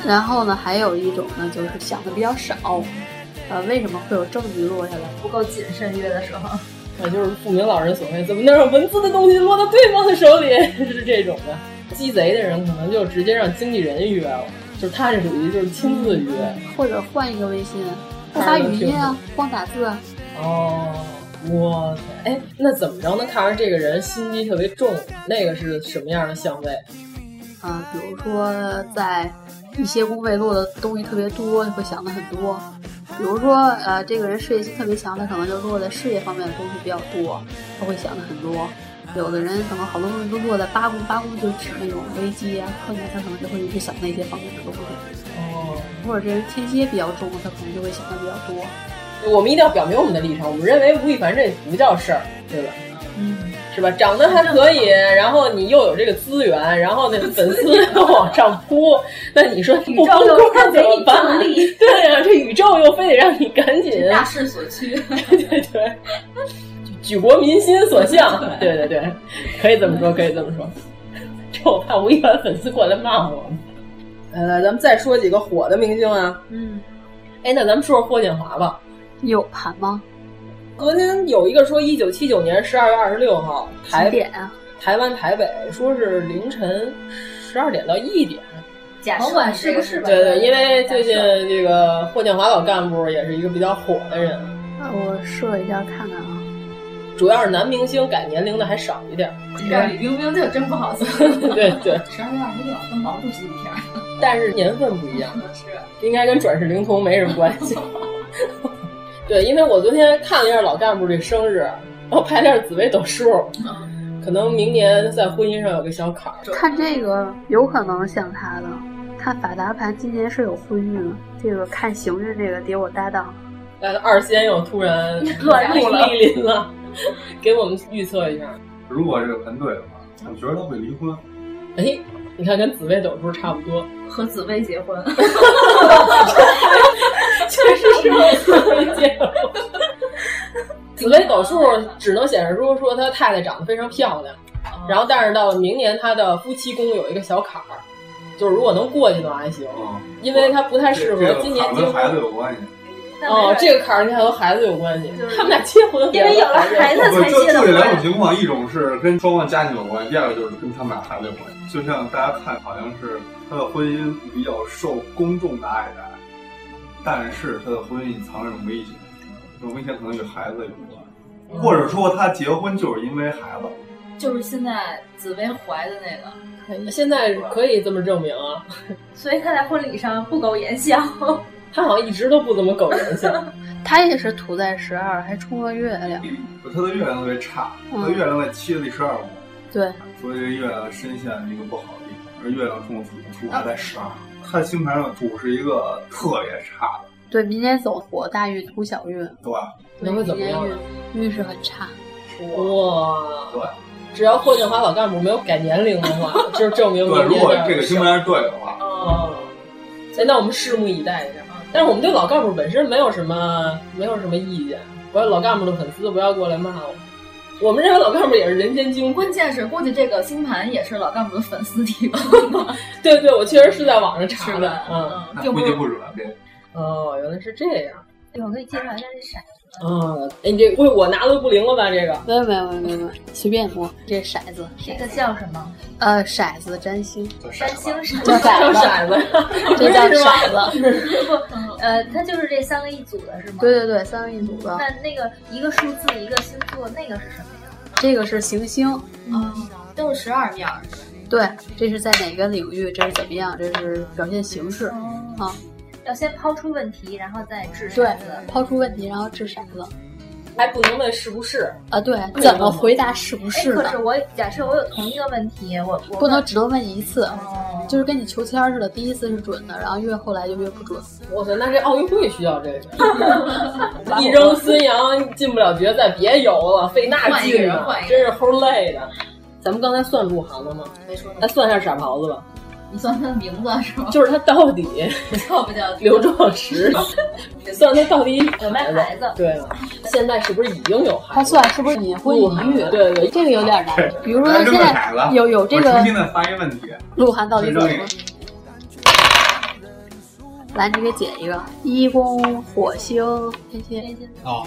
然后呢，还有一种呢，就是想的比较少，呃，为什么会有证据落下来？
不够谨慎约的时候，
那就是不明老人所谓，怎么能让文字的东西落到对方的手里？ [LAUGHS] 是这种的。鸡贼的人可能就直接让经纪人约了，就是他是属于就是亲自约。
或者换一个微信，不发语音啊，光打字啊。
哦，哇塞，哎，那怎么着能看出这个人心机特别重？那个是什么样的相位？
啊、比如说在一些宫位落的东西特别多，你会想的很多。比如说，呃，这个人事业心特别强，他可能就落在事业方面的东西比较多，他会想的很多。有的人可能好多东西都落在八宫，八宫就指那种危机啊、困难，他可能就会一直想那些方面的东西。
哦，
或者这人天蝎比较重，他可能就会想的比较多。
我们一定要表明我们的立场，我们认为吴亦凡这不叫事儿，对吧？
嗯，
是吧？长得还可以，然后你又有这个资源，然后那粉丝又往上扑，那你说不
宙
风
又
光怎
给
么
你
办
助？力
对呀、这宇宙又非得让你赶紧啊
大势所趋，
对对，举国民心所向。对对对，可以这么说，可以这么说。这我怕吴亦凡粉丝过来骂我。呃，咱们再说几个火的明星啊。
嗯，
哎，那咱们说说霍建华吧。
有盘吗？
昨天有一个说，一九七九年十二月二十六号，台
几点啊？
台湾台北说是凌晨十二点到一点。
[LAUGHS] 假
甭
设
管
你
是
这
不
个
是吧
对对，因为最近这个霍建华老干部也是一个比较火的人，
啊我设一下看看啊。
主要是男明星改年龄的还少一点儿。
让李冰冰就真不好算。
[LAUGHS] 对对，
十二月二十六跟毛主席一天儿，
但是年份不一样，
是
应该跟转世灵童没什么关系。 [LAUGHS] 对，因为我昨天看了一下老干部这生日，然后排了一下紫微斗数，
嗯
可能明年在婚姻上有个小坎儿。
看这个有可能像他的，看法达盘今年是有婚运的，这个看行运这个给我搭档。
但二仙又突然
乱
[LAUGHS]
入了
莅临了， [LAUGHS] 给我们预测一下。
如果这个盘对的话，我觉得他会离婚。
哎，你看跟紫微斗数差不多，
和紫薇结婚，
确实是紫微结婚。 [LAUGHS] 紫微斗数只能显示出说他太太长得非常漂亮，
哦
然后但是到了明年他的夫妻宫有一个小坎儿，就是如果能过去的话还行，
哦嗯
因为他不太适合
这个
今年
坎儿
结
跟孩子
婚。
有关系。
哦，
[LAUGHS]
这个坎儿跟和孩子有关系，他们俩结婚
因为有了
孩
不就就这两种情况，一种是跟双方家庭有关系，第二个就是跟他们俩孩子有关系。就像大家看，好像是他的婚姻比较受公众的爱戴，但是他的婚姻隐藏着一种危险，这种危险可能与孩子有关，或者说他结婚就是因为孩子。
就是现在紫薇怀的那个，
嗯现在可以这么证明啊，
所以他在婚礼上不苟言笑。 [LAUGHS]
他好像一直都不怎么苟人性。
他也是土在十二，还冲了月亮。嗯
他的月亮特别差，他的月亮在七月第十二宫，
对，
所以这月亮深陷一个不好的地方，而月亮冲土，土还在十二，
啊
他星盘上土是一个特别差的，
对，明年走火大运、土小运，
对吧？
那会怎么样呢？
运势很差。
哇，
对，
只要霍建华老干部没有改年龄的
[LAUGHS]
话，就是证明
对，
明
如
年
果
的
这个星盘是对的话，
哦，哎，那我们拭目以待一下。啊但是我们对老干部本身没有什么没有什么意见，不要老干部的粉丝不要过来骂我。我们认为老干部也是人间精
关键是，估计这个星盘也是老干部的粉丝提供
[LAUGHS]
的，
对对，我确实是在网上查
是
的
吧，
嗯，
那估计不准这。
哦，原来是这样。
我可以介绍一下这色。
嗯，哎，你这不会我拿的不灵了吧？这个
没有没有没有没有没有，随便摸这骰子，
这个叫什么？
呃，骰子占星，
占星骰
叫
[LAUGHS]
骰
子，
[LAUGHS] 这叫
不是吧
骰子。
不，呃，它就是这三个一组的是吗？
对对对，三个一组的
那，那个一个数字一个星座，那个是什么呀？
这个是行星，
嗯，
都是哦十二面儿。
对，这是在哪个领域，这是怎么样，这是表现形式啊。
要先抛出问题，然后再掷骰
对
子，。
抛出问题，然后掷骰子。
[LAUGHS] 还不能问是不是
啊？对，怎么回答是不
哎，
是
可
呢
是？我假设我有同一个问题，我我嗯
不能
问
只能问一次，就是跟你求签儿似的，第一次是准的，然后越后来就越不准。
我操，那这奥运会需要这个，
[LAUGHS]
一扔孙杨进不了决赛，别游了，费那
换一个
劲
人
啊
换一，个
真是齁累的。咱们刚才算鹿晗了吗？
没说呢
那算一下傻狍子吧，
你算他的名字是吗？
就是他到底
叫不叫
[LAUGHS] 刘
[LAUGHS]
壮实，算他到底
有没有孩子？
对了，现在是不是已经有孩
他算是不是隐婚隐育？
对对，
这个有点难。比如说他现在有有这
我重
个
新再发一问题，
鹿晗到底怎么
这
了？来，你给解一个：一宫、火星、天蝎。
哦，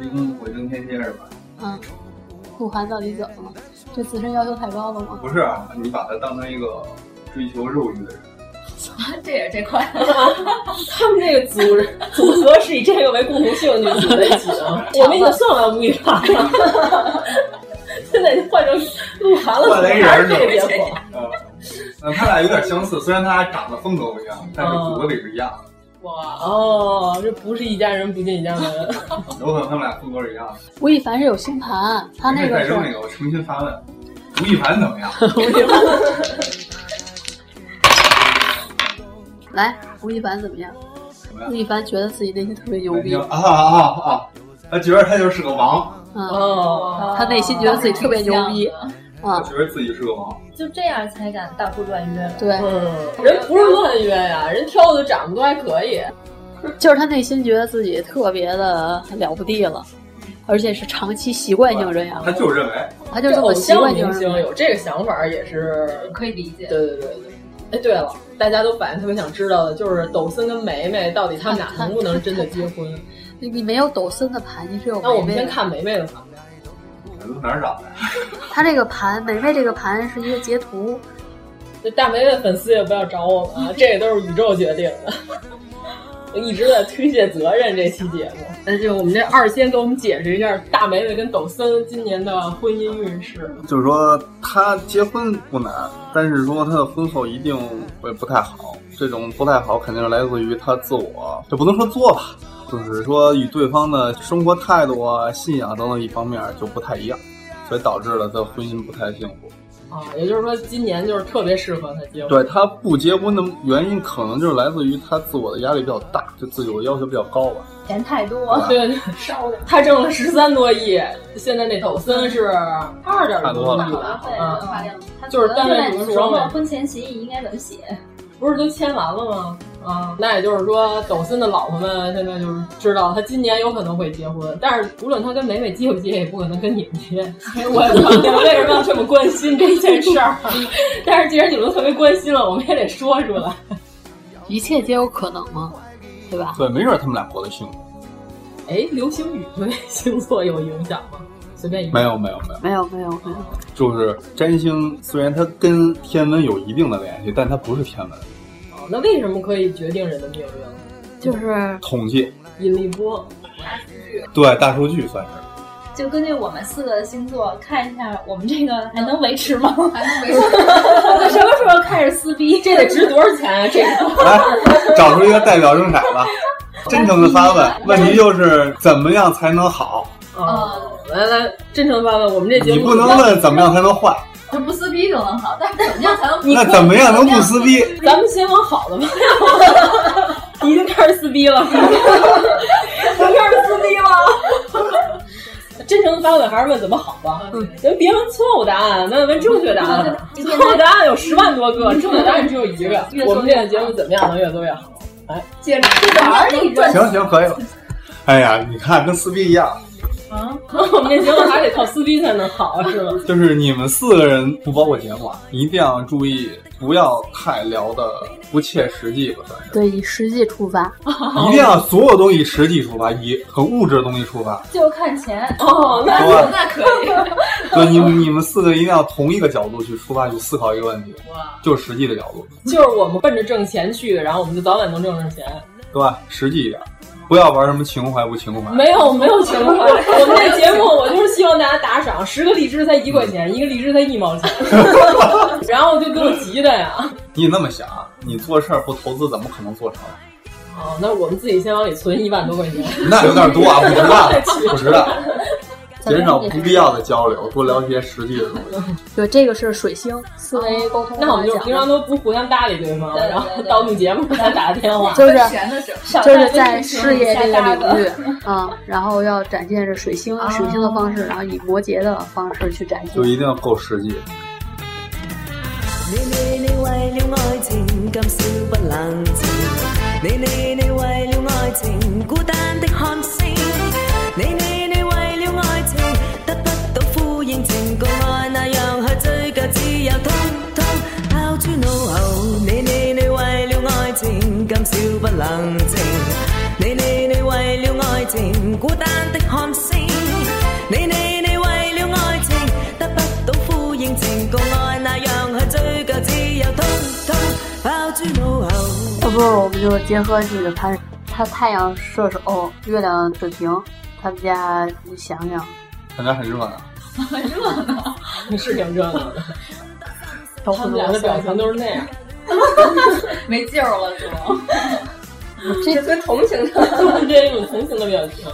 一共火星天蝎是吧？
嗯，鹿晗到底怎么了？对自身要求太高了吗？
不是啊，你把他当成一个追求肉欲的人，
这也是这块。
他们这个组组合是以这个为共同兴趣组在一起的。我们已经算完吴亦凡了，现在已经换成鹿晗了，
换来人
还
儿
是
呢
这个结果。
呃，呃他俩有点相似，虽然他俩长得风格不一样，但是骨子里是一样的，
哇哦，这不是一家人不进一家门。
有可能他们俩风格是一样的。
吴亦凡是有星盘，他那个
再
是
扔一个，我重新发问，吴亦凡怎么样？
来，吴亦凡怎么样？吴亦凡觉得自己内心特别牛逼，
啊啊啊！他觉得他就是个王，
嗯，
哦
他内心觉得自己特别牛
[LAUGHS]
逼，
他
嗯，
觉得自己是个王。
就这样才敢大呼乱约了。
对，
嗯，人不是乱约呀，人挑的长得都还可以。
就是他内心觉得自己特别的了不地了，而且是长期习惯性这样，
他就认为，
他就这
偶
么习
像
惯性
明星
这样
有这个想法也是
可以理解。
对对对对。哎，对了，大家都反应特别想知道的就是抖森跟梅梅到底他们俩能不能真的结 [LAUGHS] 婚？
你你没有抖森的盘，你是有
那我们
梅梅
先
的
看梅梅的吧。
都哪儿找的？
他这个盘，梅梅这个盘是一个截图，
这大梅的粉丝也不要找我们啊，这也都是宇宙决定的。我一直在推卸责任这期节目，那就我们这二仙给我们解释一下大梅梅跟抖森今年的婚姻运势。
就是说他结婚不难，但是说他的婚后一定会不太好。这种不太好肯定是来自于他自我，这不能说作吧，就是说与对方的生活态度啊、信仰等等一方面就不太一样，所以导致了他婚姻不太幸福。
啊，也就是说，今年就是特别适合他结婚。
对他不结婚的原因，可能就是来自于他自我的压力比较大，对自我要求比较高吧。
钱太多，
对对，烧的。他挣了十三多亿，现在那抖森是二点多亿吧？嗯，
他
就是单位主
琢
双
磨
方
婚前协议应该怎么写。
不是都签完了吗？啊，那也就是说，抖森的老婆们现在就是知道他今年有可能会结婚，但是无论他跟美美结不结，也不可能跟你们结。我我为什么要这么关心这件事儿？啊但是既然你们特别关心了，我们也得说出来。
一切皆有可能嘛，对吧？
对，没准他们俩过得幸福。
哎，流星雨对星座有影响吗？随便一个
没有，没有，没有，
没有没有没有，
就是占星虽然它跟天文有一定的联系，但它不是天文。
哦那为什么可以决定人的命运？
就是
统计，
引力波。
对大数据算是。
就根据我们四个星座看一下，我们这个还能维持吗？还能维持？什么时候开始撕逼？
这得值多少钱啊？这个
来，找出一个代表正骰
[LAUGHS]
吧，真诚的发问。问题就是怎么样才能好？
哦，来来，真诚发问，我们这节
你
目
不能问怎么样才能坏，
就不撕逼就能好，但是怎么样才能
你
那怎么样能不撕逼？
咱们先往好的吧，已经开始撕逼了，已经开始撕逼了。嗯真诚发问还是问怎么好吧，咱别问错误答案，那问正确答案。错误答案有十万多个，正确答案只有一 [LAUGHS] 个。我们这个节目怎么样能嗯越做越好？哎，
简直是哪儿里赚
行行，可以了。哎呀，你看跟撕逼一样，
啊？我们这节目还得靠撕逼才能好，是吗？
就是你们四个人不包括节目啊，一定要注意，不要太聊的不切实际吧，算是。
对，以实际出发，
哦
一定要所有东西实际出发，以很物质的东西出
[LAUGHS]
发。
就看钱
哦，
那好吧
那可以。
对，你们你们四个一定要同一个角度去出发去思考一个问题，就是实际的角度，
就是我们奔着挣钱去，然后我们就早晚能挣着钱。
对吧？实际一点，不要玩什么情怀不情怀。
没有没有情 [LAUGHS] 怀，我们这节目我就是希望大家打赏，十个荔枝才一块钱，一个荔枝才一毛钱，然后就给我急的呀！
你那么想，你做事儿不投资怎么可能做成？
哦，那我们自己先往里存一万多块钱，
那有点多啊，不值当，不值当。减少不必要的交流，多聊一些实际的东西。
对，这个是水星思维沟通。
哦那我们就平常都不互相搭理对方，然后到录节目给他打个电 [LAUGHS] 话，
就是就是在事业这个领域啊、嗯，然后要展现着水星水星的方式，然后以摩羯的方式去展现，
就一定要够实际。
你你你为了爱情今宵不冷静，你你你为了爱情孤单的看星，你你你为了爱情得不到呼应，情共爱那样去追究，只有通通抛诸脑后。你你你为了爱情今宵不冷静，你你你为了爱情孤单的看星，你你你为了爱情得不到呼应，情共爱那样。
要不我们就结合你的他，他太阳射手、月亮水瓶，他们家你想想，
他家很热闹，
很热闹，
是挺热闹的。他们俩的表情都是那样， [LAUGHS]
没劲儿了是吗？
这
跟同情的，
就是这种同情的表情。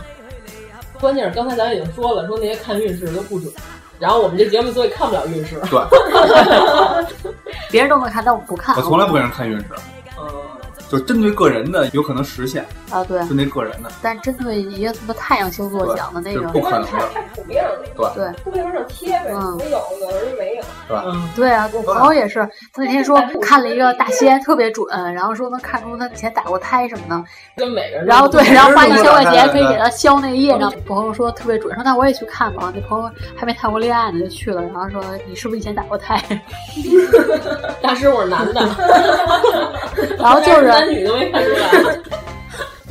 关键是刚才咱已经说了，说那些看运势都不准。然后我们这节目所以看不了运势， [LAUGHS]
对，
别人都能看，但我不看。
我从来不给人看运势，嗯，就针对个人的有可能实现
啊，对，
针对个人的。
但针对一个什么太阳星座讲的那个，
不可能
太太普遍了，
对
嗯对，嗯
普遍上贴呗，有有人没有，
对
嗯
吧？
对啊，我朋友也是，他那天说看了一个大仙特别准，然后说能看出他以前打过胎什么的，
跟每个人。
然后对，然后花一千块钱
[LAUGHS]
可以给他消那个业障。朋友说特别准，说那我也去看吧。那朋友还没谈过恋。恋爱呢就去了，然后说你是不是以前打过胎？ [LAUGHS]
大师，我是男的。
然后就是
[LAUGHS] 男女都没看出来。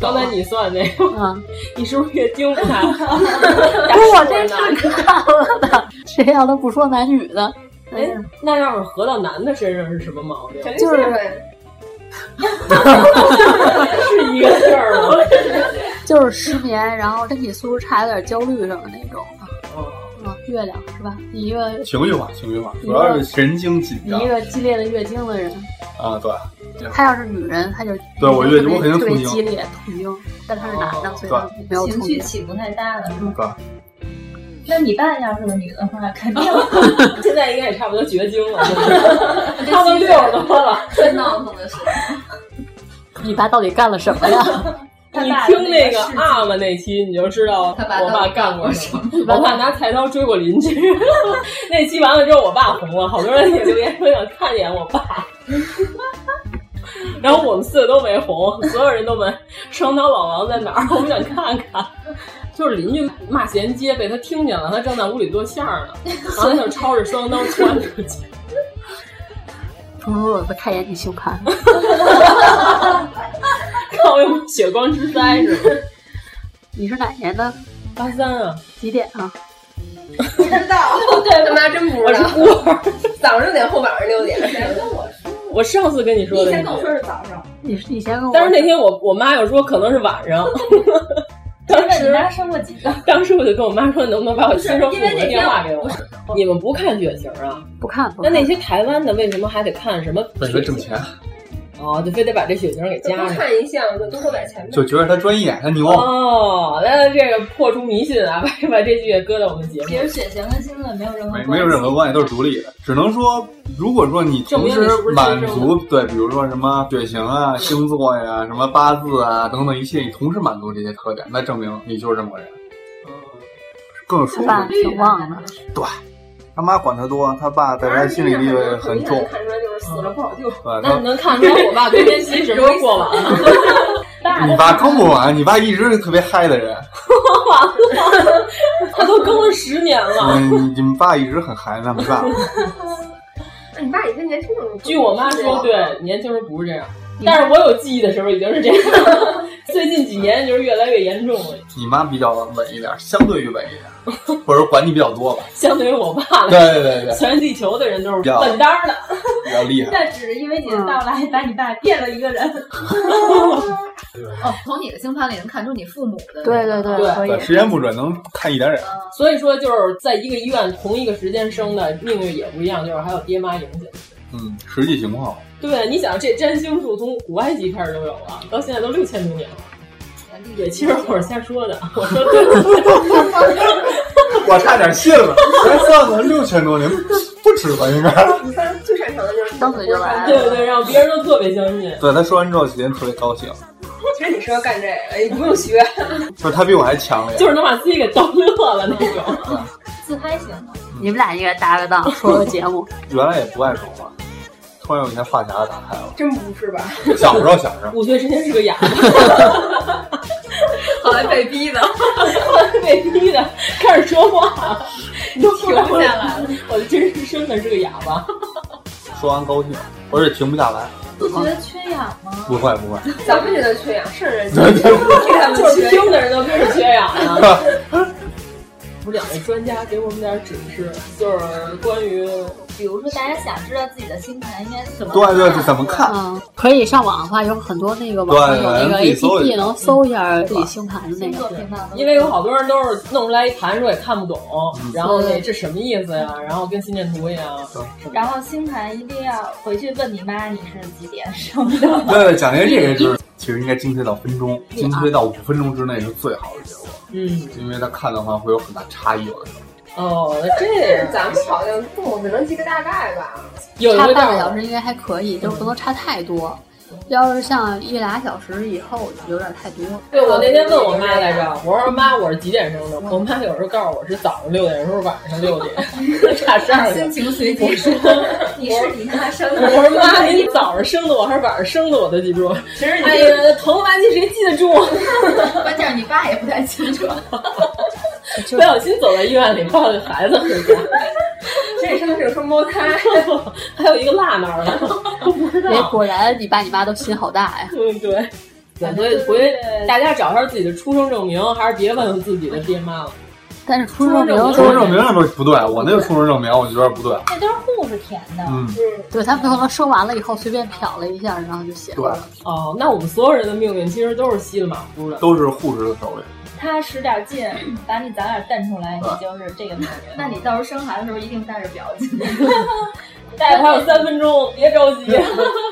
刚才你算那个，嗯，你是不是月经不
[LAUGHS]
来？
不是我这是看了的，谁让他不说男女的？
哎，那要是合到男的身上是什么毛病？
就是。
[LAUGHS] 是一个劲儿吗？
就是失眠，然后身体素质差，有点焦虑什么那种。
哦
嗯月亮是吧？一个
情绪化，情绪化，主要是神经紧张。
一个激烈的月经的人
啊，对。
他要是女人，他就
对我月经哦我肯定
特别激烈，痛经。但他是男的，所以他没有
情绪起伏太大了，是
吧？
那你爸要是个女的话， [LAUGHS] 肯定
[LAUGHS] 现在应该也差不多绝经 [LAUGHS] 了，他都六
[LAUGHS]
十多了，
最闹腾的是。
你爸到底干了什么
[LAUGHS]
呀？ [LAUGHS]
你听那个阿玛那期，你就知道我爸干过什么。我爸拿菜刀追过邻居。 [LAUGHS] 那期完了之后，我爸红了，好多人也留言说想看一眼我爸。 [LAUGHS] 然后我们四个都没红，所有人都问双刀老王在哪儿，我们想看看。就是邻居骂衔接被他听见了，他正在屋里做馅儿呢，然后他就抄着双刀窜出去。 [LAUGHS]
不不，我不看一眼你胸膛。
看我有没有血光之灾是吗？
你是哪年的？
八三啊？
几点啊？
不知道，
对
他妈真不
知道。我是孤儿，
早上六点后晚上六点。
谁跟我说？
我上次跟你说的。
以前跟我说是早上。
你以前跟我。
但是那天我我妈又说可能是晚 [LAUGHS] 上。当时
你妈生过几个？
当时我就跟我妈说，能不能把我亲生父母的电话给
我？
你们不看血型啊？
不看。
那那些台湾的为什么还得看什么？
为了挣钱。
哦，就非得把这血型给加上，
看一项就多在前面，
就觉得他专业，他牛。
哦，那这个破除迷信啊，把把这句也搁到我们节目。
其实血型跟星座没有任何
没有任何关系，都是独立的。只能说，如果说你同时满足对，比如说什么血型啊、星座呀、什么八字啊等等一切，你同时满足这些特点，那证明你就是这么个人。嗯，更舒服。
挺旺的。
对。他妈管他多，他爸在他心里地位很重。
看出来就是死了不好救。
那能看出来我爸更年期什 [LAUGHS] 么时候啊过完？
你爸更不啊完，你爸一直是特别嗨的人。
完了，他都更了十年了。
嗯你你们爸一直很嗨，那没办法。
那你爸以前年轻的时候？
据我妈说，对，啊年轻时候不是这样。但是我有记忆的时候已经是这样， [LAUGHS] 最近几年就是越来越严重了。
你妈比较稳一点，相对于稳一点，或者管你比较多吧。
相对于我爸，
对对 [LAUGHS] 对对，
全地球的人都是本当的，
比较厉害。
那只是因为你的到来，把你爸 [LAUGHS] 变了一个人。
[LAUGHS]
哦，从你的星盘里能看出你父母的。
[LAUGHS] 对对
对，
对时间不准，能看一点点。
所以说，就是在一个医院同一个时间生的命运也不一样，就是还有爹妈影响。
嗯，实际情况，
对，你想这占星术从古埃及开始就有了，到现在都六千多年了。对，其实我是瞎说的， [LAUGHS] 我说对，
我差点信了，咱算算六千多年不止吧，应该。
你看最擅长的就是
张嘴就来，
对对对，让别人都特别相信。
对他说完之后，许天特别高兴，
其实你是要干这个，也不用学，
就是他比我还强烈，
就是能把自己给逗乐了那种。
自拍型的，
你们俩应该搭个档，说个节
[LAUGHS]
目。
原来也不爱说话，突然有一天话匣子打开了，
真不是吧？
小时候，小时候，
我觉得之前是个哑巴。
后来被逼的，
[LAUGHS] 被逼的开始说话
[LAUGHS]
了，你都
停不下来了。
[LAUGHS] 我的真实身份是个哑巴。
说完高兴，我也停不下来。
你觉得缺氧吗？
不会不会，
咱们觉得缺氧，是人
对对
他们
就是
缺
听的人都开始缺氧
[LAUGHS]
了。我们两位专家给我们点指示，就是关于
比如说，大家想知道自己的星盘应该怎么
对对，这怎么看？
嗯，可以上网的话，有很多那个网上有那个
对自己搜
APP
一下
能搜一下自己星盘的那
星座
个。
频道都
因为有好多人都是弄出来一盘说也看不懂，
嗯
然后那这什么意思呀？然后跟心电图一样。
然后星盘一定要回去问你妈你是几点生的。
对对，讲这个就是，其实应该精确到分钟，
啊
精确到五分钟之内是最好的结果。
嗯，
因为他看的话会有很大差异，有的时候。
哦，这
这咱们好像父母只能记个大概吧。
有一
差
个
半个
道
小
理。
时应该还可以，就不能差太多。要是像一俩小时以后，有点太多。
对，我那天问我妈来着，我说妈，我是几点生的？我妈有时候告诉我是早上六点，有时候晚上六点， [LAUGHS] 差十二个
心。情随机，你是你妈生的。
我说妈，你早上生的我还是晚上生的我都记不住。
其实
哎呀，头发你谁记得住？
关键是你爸也不太清楚，
[LAUGHS] 不小心走到医院里抱着孩子回家，
这上面有双胞胎，
[LAUGHS] 还有一个落那儿了，都不知
哎，
道。
果然你爸你妈都心好大呀。
嗯，对。对所以回去大家找一下自己的出生证明，还是别问自己的爹妈了。
但是出生证明都
出生
是
证明是不是不对？我那个出生证明我觉得不对。
那哎都是护士填的，
嗯，
对他们可能生完了以后随便瞟了一下，然后就写
对
了。，
哦，那我们所有人的命运其实都是稀里马虎的。
都是护士的手里。
他使点劲，把你早点蹬出来，你就是这个命运。
那你到时候生孩子的时候一定带着表
[LAUGHS]
进去。
大夫还有三分钟，别着 [LAUGHS] 急。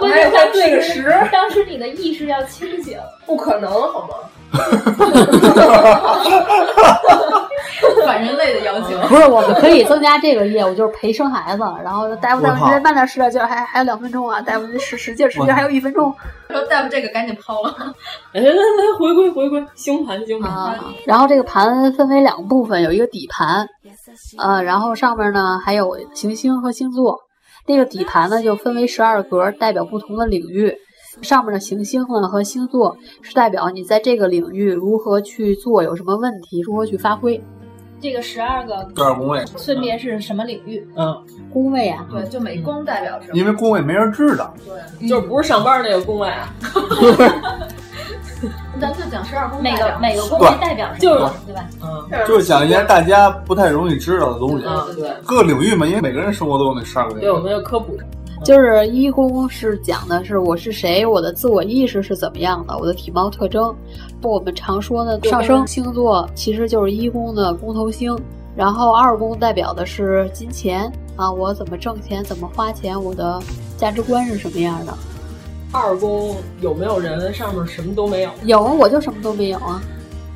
我还有再对个十，
当时你的意识要清醒，
不可能好
[LAUGHS]
吗？
反人类的要求。
不是，我们可以增加这个业务，就是陪生孩子。然后大夫，大夫，你
我靠
再慢点使点劲儿，还还有两分钟啊！大夫，使使劲儿，使劲儿，还有一分钟
说大夫这个赶紧抛了，
来来来，回归回归，星盘星盘
啊。。然后这个盘分为两部分，有一个底盘，呃，然后上面呢还有行星和星座。那个底盘呢就分为十二格，代表不同的领域。上面的行星呢和星座是代表你在这个领域如何去做，有什么问题，如何去发挥。
这个十二个
第二宫位，
分别是什么领域？
嗯，
宫位啊，
对，就每宫代表什么？
因为宫位没人知道。
就是不是上班那个工位啊，
咱们就讲十二宫
每
代
个
表
每个宫位代表什
就是
么？对吧？
嗯，
就是讲一些大家不太容易知道的东西。
嗯
啊对
各领域嘛，因为每个人生活都有那十二个
对，我
领域。
们就科普。
就是一宫是讲的是我是谁，我的自我意识是怎么样的，我的体貌特征。不，我们常说的上升星座其实就是一宫的宫头星，然后二宫代表的是金钱啊，我怎么挣钱，怎么花钱，我的价值观是什么样的。
二宫有没有人上面什么都没有？
有啊，我就什么都没有啊，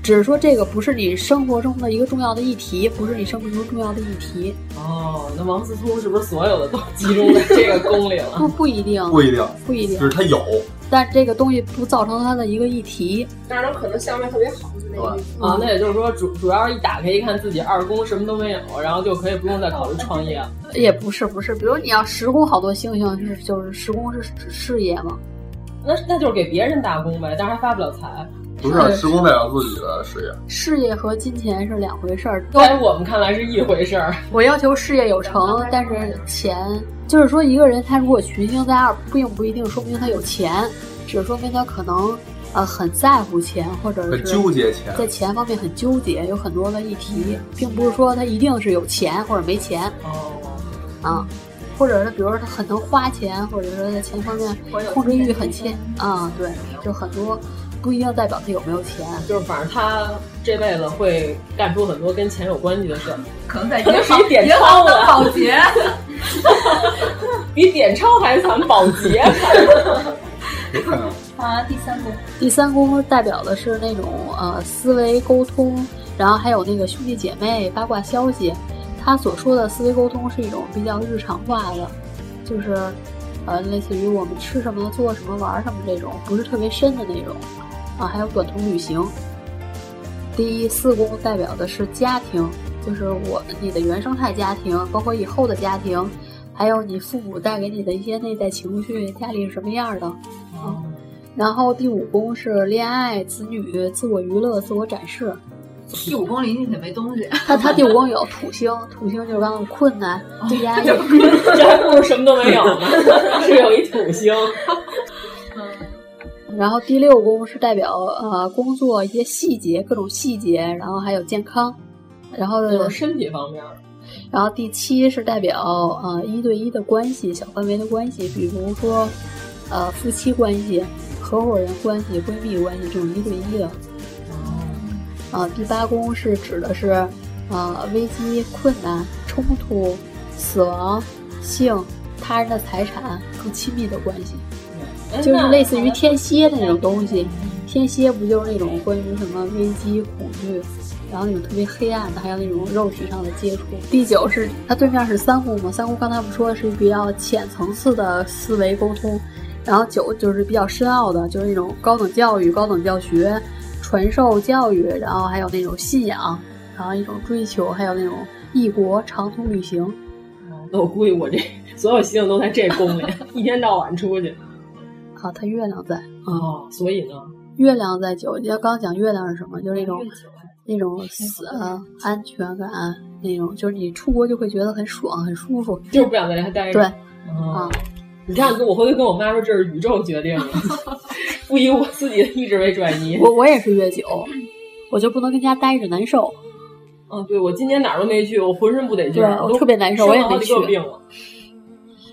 只是说这个不是你生活中的一个重要的议题，不是你生命中重要的议题，
哦，那王思聪是不是所有的都集中在这个宫里了？
[LAUGHS]
不不一定，
不一定，
不一定
就，是他有，
但这个东西不造成它的一个议题。
那人可能相位特别好，就那个意思。
啊，那也就是说主主要是一打开一看自己二宫什么都没有，然后就可以不用再考虑创业了。
也不是不是，比如你要十宫好多星星是就是十宫是指事业嘛，
那那就是给别人打工呗，但是还发不了财。
不
嗯
是啊施工代表自己的事业。
事业和金钱是两回事儿。
在我们看来是一回
[LAUGHS]
事儿。
我要求事业有成，但是钱就是说一个人他如果群星在二，并不一定说明他有钱，只说明他可能呃很在乎钱，或者
很
是
纠结嗯钱，
在钱方面很纠结，有很多的议题，并不是说他一定是有钱或者没钱
哦，
啊，或者是比如说他很能花钱，或者说在钱方面控制欲很强啊，对，就很多不一定代表他有没有钱。
就是反正他这辈子会干出很多跟钱有关系的事儿。
可能在
可能
银
是
行
一点
银行
钞
当
了
保洁，
[LAUGHS] 比点钞还惨，保洁。
[LAUGHS]
啊，第三宫，
第三宫代表的是那种呃思维沟通，然后还有那个兄弟姐妹八卦消息。他所说的思维沟通是一种比较日常化的，就是呃类似于我们吃什么、做什么、玩什么这种，不是特别深的那种。啊，还有短途旅行。第四宫代表的是家庭，就是我你的原生态家庭，包括以后的家庭，还有你父母带给你的一些内在情绪，家里是什么样的。啊，然后第五宫是恋爱、子女、自我娱乐、自我展示。
第五宫邻居也没东
[LAUGHS]
西。
他他第五宫有土星，土星就是帮助困难、对压力。
[LAUGHS] 这还不如什么都没有呢，是有一土星。
然后第六宫是代表呃工作一些细节，各种细节，然后还有健康，然后
就是身体方面。
然后第七是代表呃一对一的关系，小范围的关系，比如说呃夫妻关系、合伙人关系、闺蜜关系这种一对一的。啊、呃，第八宫是指的是，呃，危机、困难、冲突、死亡、性、他人的财产更亲密的关系，
哎
就是类似于天蝎的那种东西。天蝎不就是那种关于什么危机、恐惧，然后那种特别黑暗的，还有那种肉体上的接触。第九是它对面是三宫嘛，三宫刚才不说是比较浅层次的思维沟通，然后九就是比较深奥的，就是那种高等教育、高等教学。传授教育，然后还有那种信仰，然后一种追求，还有那种异国长途旅行。
嗯那我估计我这 [LAUGHS] 所有星星都在这宫里， [LAUGHS] 一天到晚出去。
啊，他月亮在
哦，所以呢，
月亮在九，要刚讲月亮是什么，就是那种那种呃安全感，那种就是你出国就会觉得很爽、很舒服，
就是不想在家待着。
对，
啊，你这样子，我回头跟我妈说这是宇
[LAUGHS]
宙决定的。不以我自己的意志为转移，
我我也是月九，我就不能跟家待着，难受。
嗯、啊，对，我今年哪儿都没去，我浑身不得劲，
我特别难受，我也没去。
病了，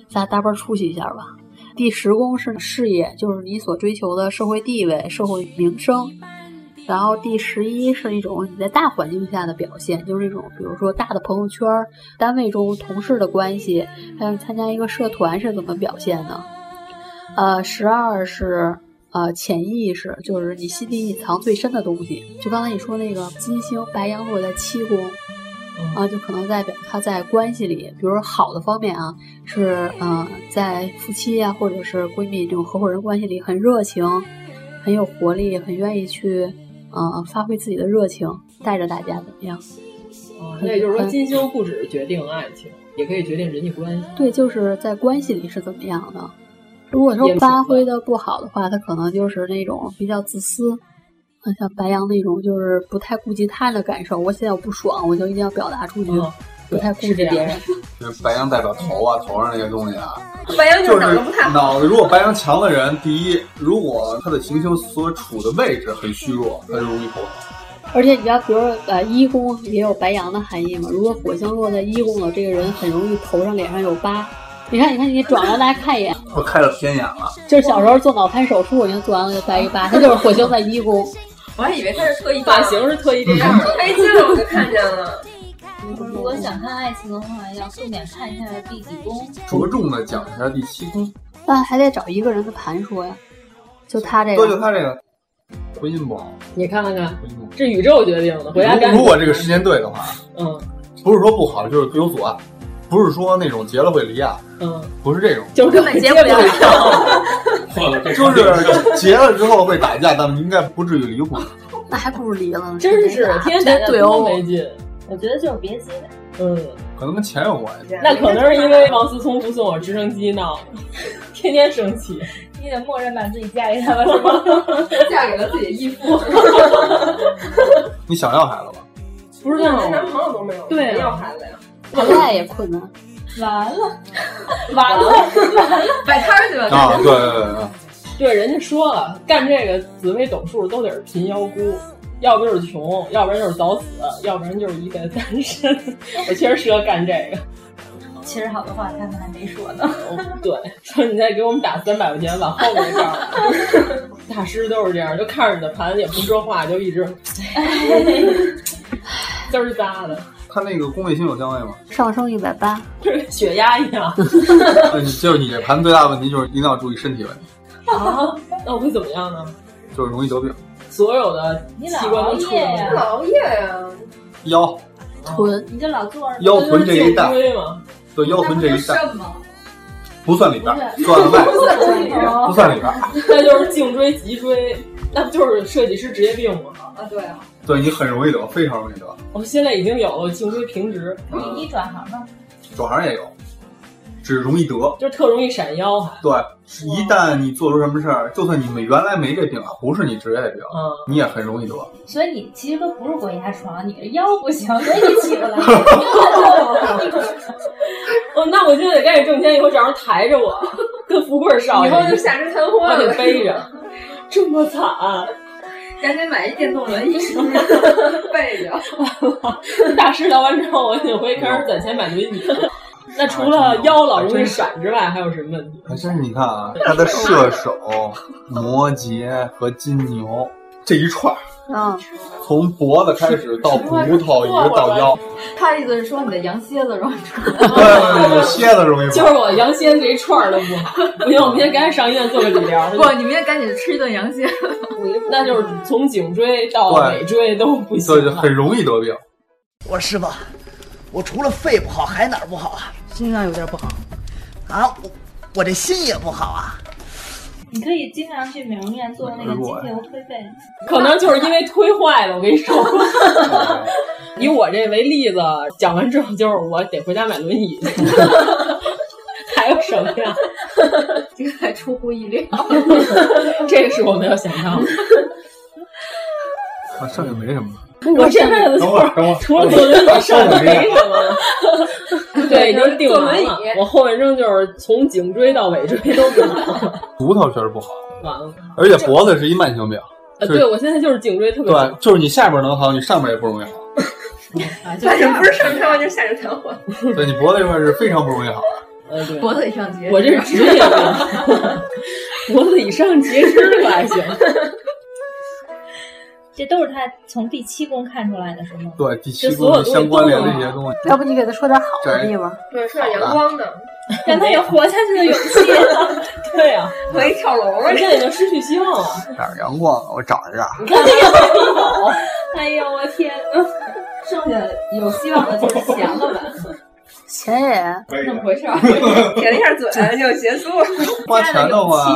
咱搭班出去一下吧。第十宫是事业，就是你所追求的社会地位、社会名声。然后第十一是一种你在大环境下的表现，就是那种比如说大的朋友圈、单位中同事的关系，还有你参加一个社团是怎么表现的。呃，十二是。呃，潜意识就是你心底隐藏最深的东西。就刚才你说那个金星白羊座在七宫，啊，就可能代表他在关系里，比如说好的方面啊，是呃，在夫妻啊或者是闺蜜这种合伙人关系里很热情，很有活力，很愿意去呃发挥自己的热情，带着大家怎么样？
哦，那也就是说，金星不只决定爱情，也可以决定人际关系。
对，就是在关系里是怎么样的。如果说发挥的不好的话，他可能就是那种比较自私，呃像白羊那种，就是不太顾及他人的感受。我现在我不爽，我就一定要表达出去，嗯、不太顾及别人。
白羊代表头啊，头上那些东西啊。
白羊
就是
脑子不太好。
脑子如果白羊强的人，第一，如果他的行星所处的位置很虚弱，他就容易头疼。
而且你知道，比如呃，一宫也有白羊的含义嘛。如果火星落在一宫了，这个人很容易头上、脸上有疤。你看，你看，你转让大家看一眼。
我开了天眼了，
就是小时候做脑瘫手术，你做完了就带一疤，他就是火星在一 [LAUGHS] 宫。
我还以为他是特意
发型是特意这样的，
开镜我就看见
[LAUGHS]
了。
如果想看爱情的话，要重点看一下第几 [LAUGHS] 宫，
着重的讲一下第七宫。
但啊还得找一个人的盘说呀，就他这
个，就他这个婚姻不好。
你看看，这宇宙决定的，回家
如果这个时间对的话，
嗯，
不是说不好，就是各有所爱。不是说那种结了会离啊，
嗯，
不是这种，
就是根本结不了。
[LAUGHS] 就是结了之后会打架，但应该不至于离婚。
那还不如离了呢，
真是天天
对哦
殴没劲。
我觉得就是别结，
嗯，
可能跟钱有关系。
那可能是因为王思聪不送我直升机闹，天天生气。
你得默认把自己嫁给他了，是吗？
嫁给了自己的义父。
你想要孩子吗？
不知道，
连男朋友都没有，
对，
要孩子呀。
谈恋爱也困难，
完了，完了，完了，
摆摊儿去吧！
啊，对对对对，
对，人家说了，干这个紫薇斗数都得是贫妖姑，要不就是穷，要不然就是早死，要不然就是一代单身。 [LAUGHS] 我确实适合干这个。
其实好的话他们还没说呢。
嗯对，说你再给我们打三百块钱往后面儿。 [LAUGHS] 大师都是这样，就看着你的盘也不说话，就一直，就是扎的。
它那个宫位星有相位吗？
上升一百八，
就是跟血压一样。
嗯，就是你这盘最大的问题就是一定要注意身体问题，
啊，那我会怎么样呢？
就是容易得病，
所有的器官都触动
你老熬夜呀，
腰
臀，
你就老坐着。
腰臀这一带，
吗？
对腰臀这一带
肾吗？
不算里边儿，算外边儿，不算里边儿。
那就是颈椎、脊椎，那不就是设计师职业病吗？
啊，对啊，
对你很容易得，非常容易得。
我现在已经有了颈椎平直，
你你转行了，
转行也有，只是容易得。
就是特容易闪腰，还
对，一旦你做出什么事儿，就算你们原来没这病啊，不是你职业的病，
嗯
你也很容易得。
所以你其实都不是鬼压床，你这腰不行， [LAUGHS] 所以你起不来。
哦，那我就得开始挣钱，以后找人抬着我，跟富贵少
以
爷一
后
样，
就下肢瘫
我
痪
得
[LAUGHS]
了，
背着， [LAUGHS] 这么惨。
赶紧买一电动轮椅，
背着。
[LAUGHS] 大师聊完之后，我得回开始攒钱买轮椅。那除了腰老容易闪之外，还有什么问题？
还真是你看啊，他的射手、摩羯和金牛这一串儿，
嗯，
从脖子开始到骨头，一直到腰，
[LAUGHS] 他的意思是说你的羊蝎子容易出来。
对，蝎子容易
就是我羊蝎子这一串儿都不好，不行，我明天赶紧上医院做个理疗去。
不，你们也赶紧吃一顿羊蝎子。
那就是从颈椎到尾椎都不行
对，就很容易得病。
我说师傅，我除了肺不好，还哪儿不好啊？心脏有点不好，啊，我我这心也不好啊。
[LAUGHS] 你可以经常去美容院做那个金牛推背。 [LAUGHS]
可能就是因为推坏了。我跟你说， [LAUGHS] 以我这为例子，讲完之后就是我得回家买轮椅 [LAUGHS] 去。还有什么呀？
这个还出乎意料。
这个是我没有想到的。
啊，剩下没什么。
我这辈子
等会儿，等会儿，
除了坐轮椅
[LAUGHS]
上
等
的
会儿
没什
[LAUGHS]
么。对，已经定
坐轮
完
椅
了。我后半生就是从颈椎到尾椎都不好，
骨头确实不好，
完了。
而且脖子是一慢性病。
呃，
是
对我现在就是颈椎特别不好。
对，就是你下边能好，你上边也不容易好。
啊
反
就这
正
样
不是上瘫痪就是下肢瘫痪。
对你脖子这块是非常不容易好的。
呃，对，
脖子以上结
我这是职业病，脖子以上截肢了还行。
这都是他从第七宫看出来的，是
[LAUGHS]
吗？
对，第七宫相关联的
啊
一些东西。
要不你给他说点好的
对
地方？
对，说点阳光的，
让他有活下去的勇气。
对呀、啊，
我一跳楼啊
我！现在已经失去希望了。
哪儿阳光？我找一下。
[LAUGHS] 哎呦，我天！剩下有希望的就是钱了吧？
钱也
怎么回 [LAUGHS] 事儿？
舔了一下嘴就结束了。
花钱的话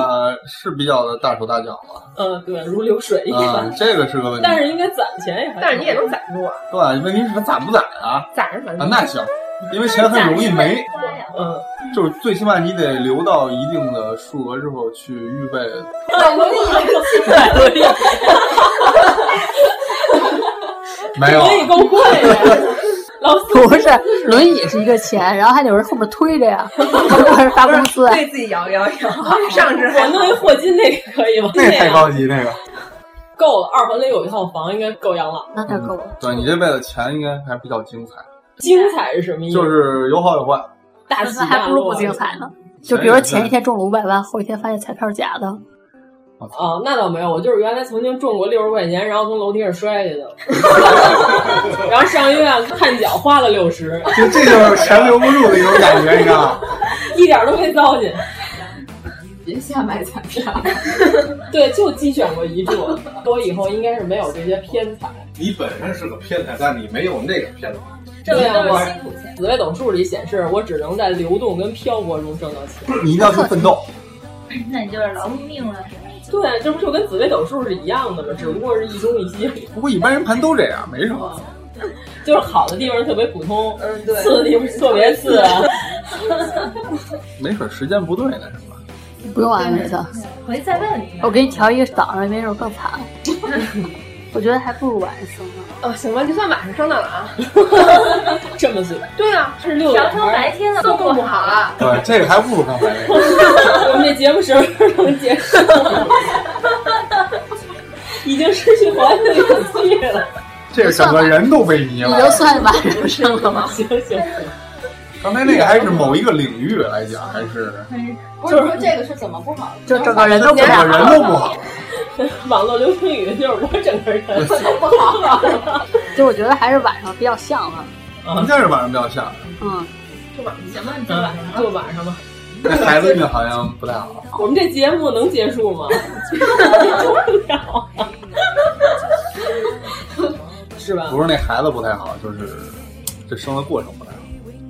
是比较的大手大脚了，
嗯，对，如流水
哎
一般。
嗯，这个是个问题。
但是应该攒钱也还行，
但是你也能攒住啊，
对，问题是攒不攒啊？
攒着反
啊，
正。
那行，因为钱很容易没，
嗯，
就是最起码你得留到一定的数额之后去预备。
那轮椅
没有，啊
所以够贵
[LAUGHS]
的。老四
[LAUGHS] 不是轮椅是一个钱，然后还得有人后面推着 [LAUGHS] 呀，还是发工资啊。
对自己摇一摇摇，上肢
我
还
弄一霍金那个可以吗？
那个太
样
高级，那个。
够了。二环里有一套房，应该够养老。
[LAUGHS] 那太够了，
对你这辈子钱应该还比较精彩，
精彩是什么意思？
就是有好有坏。
大起
那还
大
不如不
落。
精彩呢。啊就嗯比如说前一天中了五百万，后一天发现彩票是假的，
啊，那倒没有，我就是原来曾经中过六十块钱，然后从楼梯上摔下去的，然后上医院看脚花了六十，
就这就是 [LAUGHS] 钱留不住的一种感觉，你知道吗？
一点都没糟践。
别瞎买彩票。
对，就鸡选过一注，我以后应该是没有这些偏财。
你本身是个偏财，但你没有那个偏财。
这
个
样
都
我
是辛苦钱。
紫微斗数里显示，我只能在流动跟漂泊中挣到钱。
你一定要去奋斗。
那你就是劳命了。
对，这不就跟紫微斗数是一样的吗？只不过是一中一西，
不过一般人盘都这样，没什么。
就是好的地方特别普通，
嗯对
次的地方特别次。啊
没准时间不对呢，是吧？
不用安慰他。
回去再问你。
我给你调一个早上，没准更惨。 [LAUGHS] 我觉得还不如晚上生呢。
哦，行吧，就算晚上生的了啊。
这么嘴，
对啊，
是六
调
点
成白天了，
都更不好了。
对，这个还不如刚才那个。
我们这节目什么时候能结束？已经失去活力的勇气了。
这个整个人都被迷
你就
了。
算 [LAUGHS] 晚上生了吗？
行行行，
刚才那个还是某一个领域来讲，还是
不是说这个是怎么不好？
就整个人都
整
不太
个人
好，
都不好。
网络流行语就是我整个人。
就我觉得还是晚上比较像了。啊
应该是晚上比较吓人。
嗯，
就晚上行吧，你就晚上，就晚上吧。
这孩子运好像不太好。
我们这节目能结束吗？是吧？
不是那孩子不太好，就是这生的过程不太好。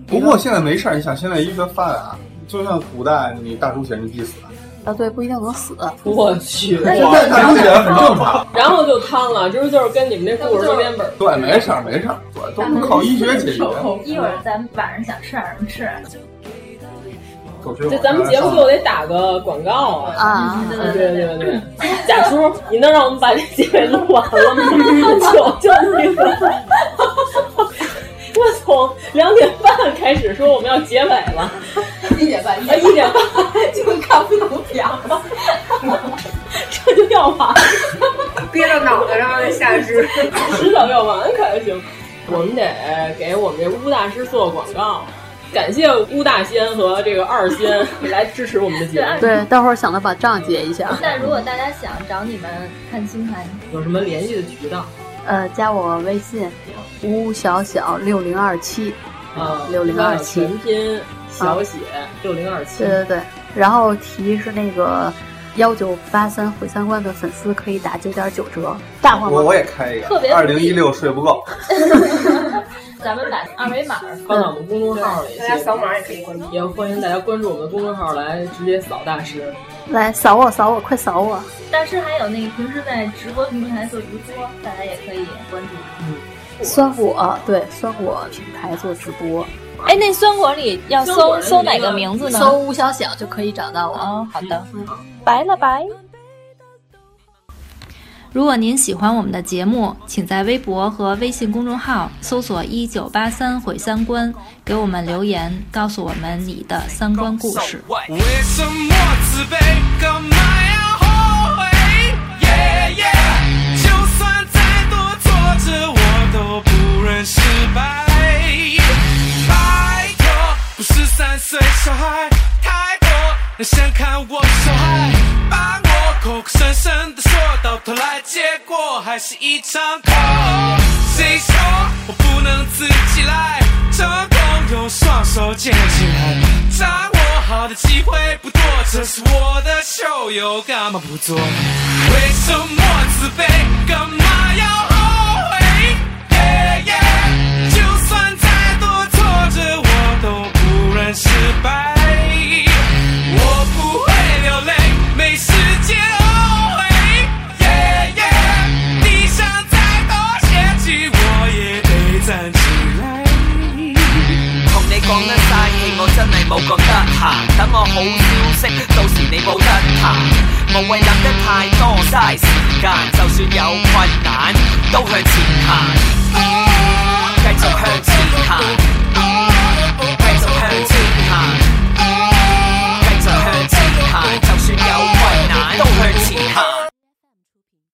不过现在没事儿，你想现在医学发达，就像古代你大出血你必死，
啊，对，不一定能死。
我去，
那你在大出血很正常。
然后就瘫了，这不就是跟你们这故事有点本儿？
对，没事儿没事儿，对，都不靠医学解决。
一会儿咱们晚上想吃点什么吃点什么。
这咱们节目就得打个广告啊！
啊，
对对对对，贾叔，你能让我们把这节目录完了吗？
[LAUGHS]
求求你了！我从两点半开始说我们要结尾了，
一点半，
哎，一点半
就看不懂表了，
这就要完，
[LAUGHS] 憋到脑袋上的下肢，
迟早要完可行。我们得给我们这乌大师做个广告。感谢乌大仙和这个二
[LAUGHS]
仙来支持我们的节目。
对，待会儿想着把账结
[LAUGHS]
一下。
但如果大家想找你们看新盘，
有什么联系的渠道？
呃，加我微信吴小小六零二七，
嗯
啊，
六零二七，
全拼小写六零二七。
对对对，然后题是那个幺九八三毁三观的粉丝可以打九点九折，大话
我我也开一个，
特别
二零一六睡不够。
咱们把二维码
放到我们公众号里，
大家扫码也可以关注。
也欢迎大家关注我们的公众号来直接扫大师。
来扫我扫我，快扫我！
大师还有那个平时在直播平台做直播，大家也可以关注。
嗯，
酸果对酸果平台做直播，
哎，那酸果里要
酸
搜
果里
搜哪
那个
个名字呢？
搜吴小小就可以找到我。
哦，好的，
嗯
拜了拜。
如果您喜欢我们的节目，请在微博和微信公众号搜索“一九八三毁三观”，给我们留言，告诉我们你的三观故事。
为什么自卑，干嘛要后悔？Yeah yeah，就算再多挫折，我都不认失败。拜托，不是三岁小孩，太多人想看我受害，把我口口声声的说到头来，结果还是一场空。谁说我不能自己来？成功用双手捡起来，掌握好的机会不多，这是我的秀，又干嘛不做？为什么自卑？干嘛要后悔？Yeah, yeah 就算再多挫折，我都不认失败。我不会流泪，没时间哎后悔。Yeah, yeah 你想再多写几，我也得站起来。
同你講得嘥氣，我真係冇覺得閒。等我好消息，到時你冇得彈。無謂諗得太多，嘥時間。就算有困難，都向前行，繼續向前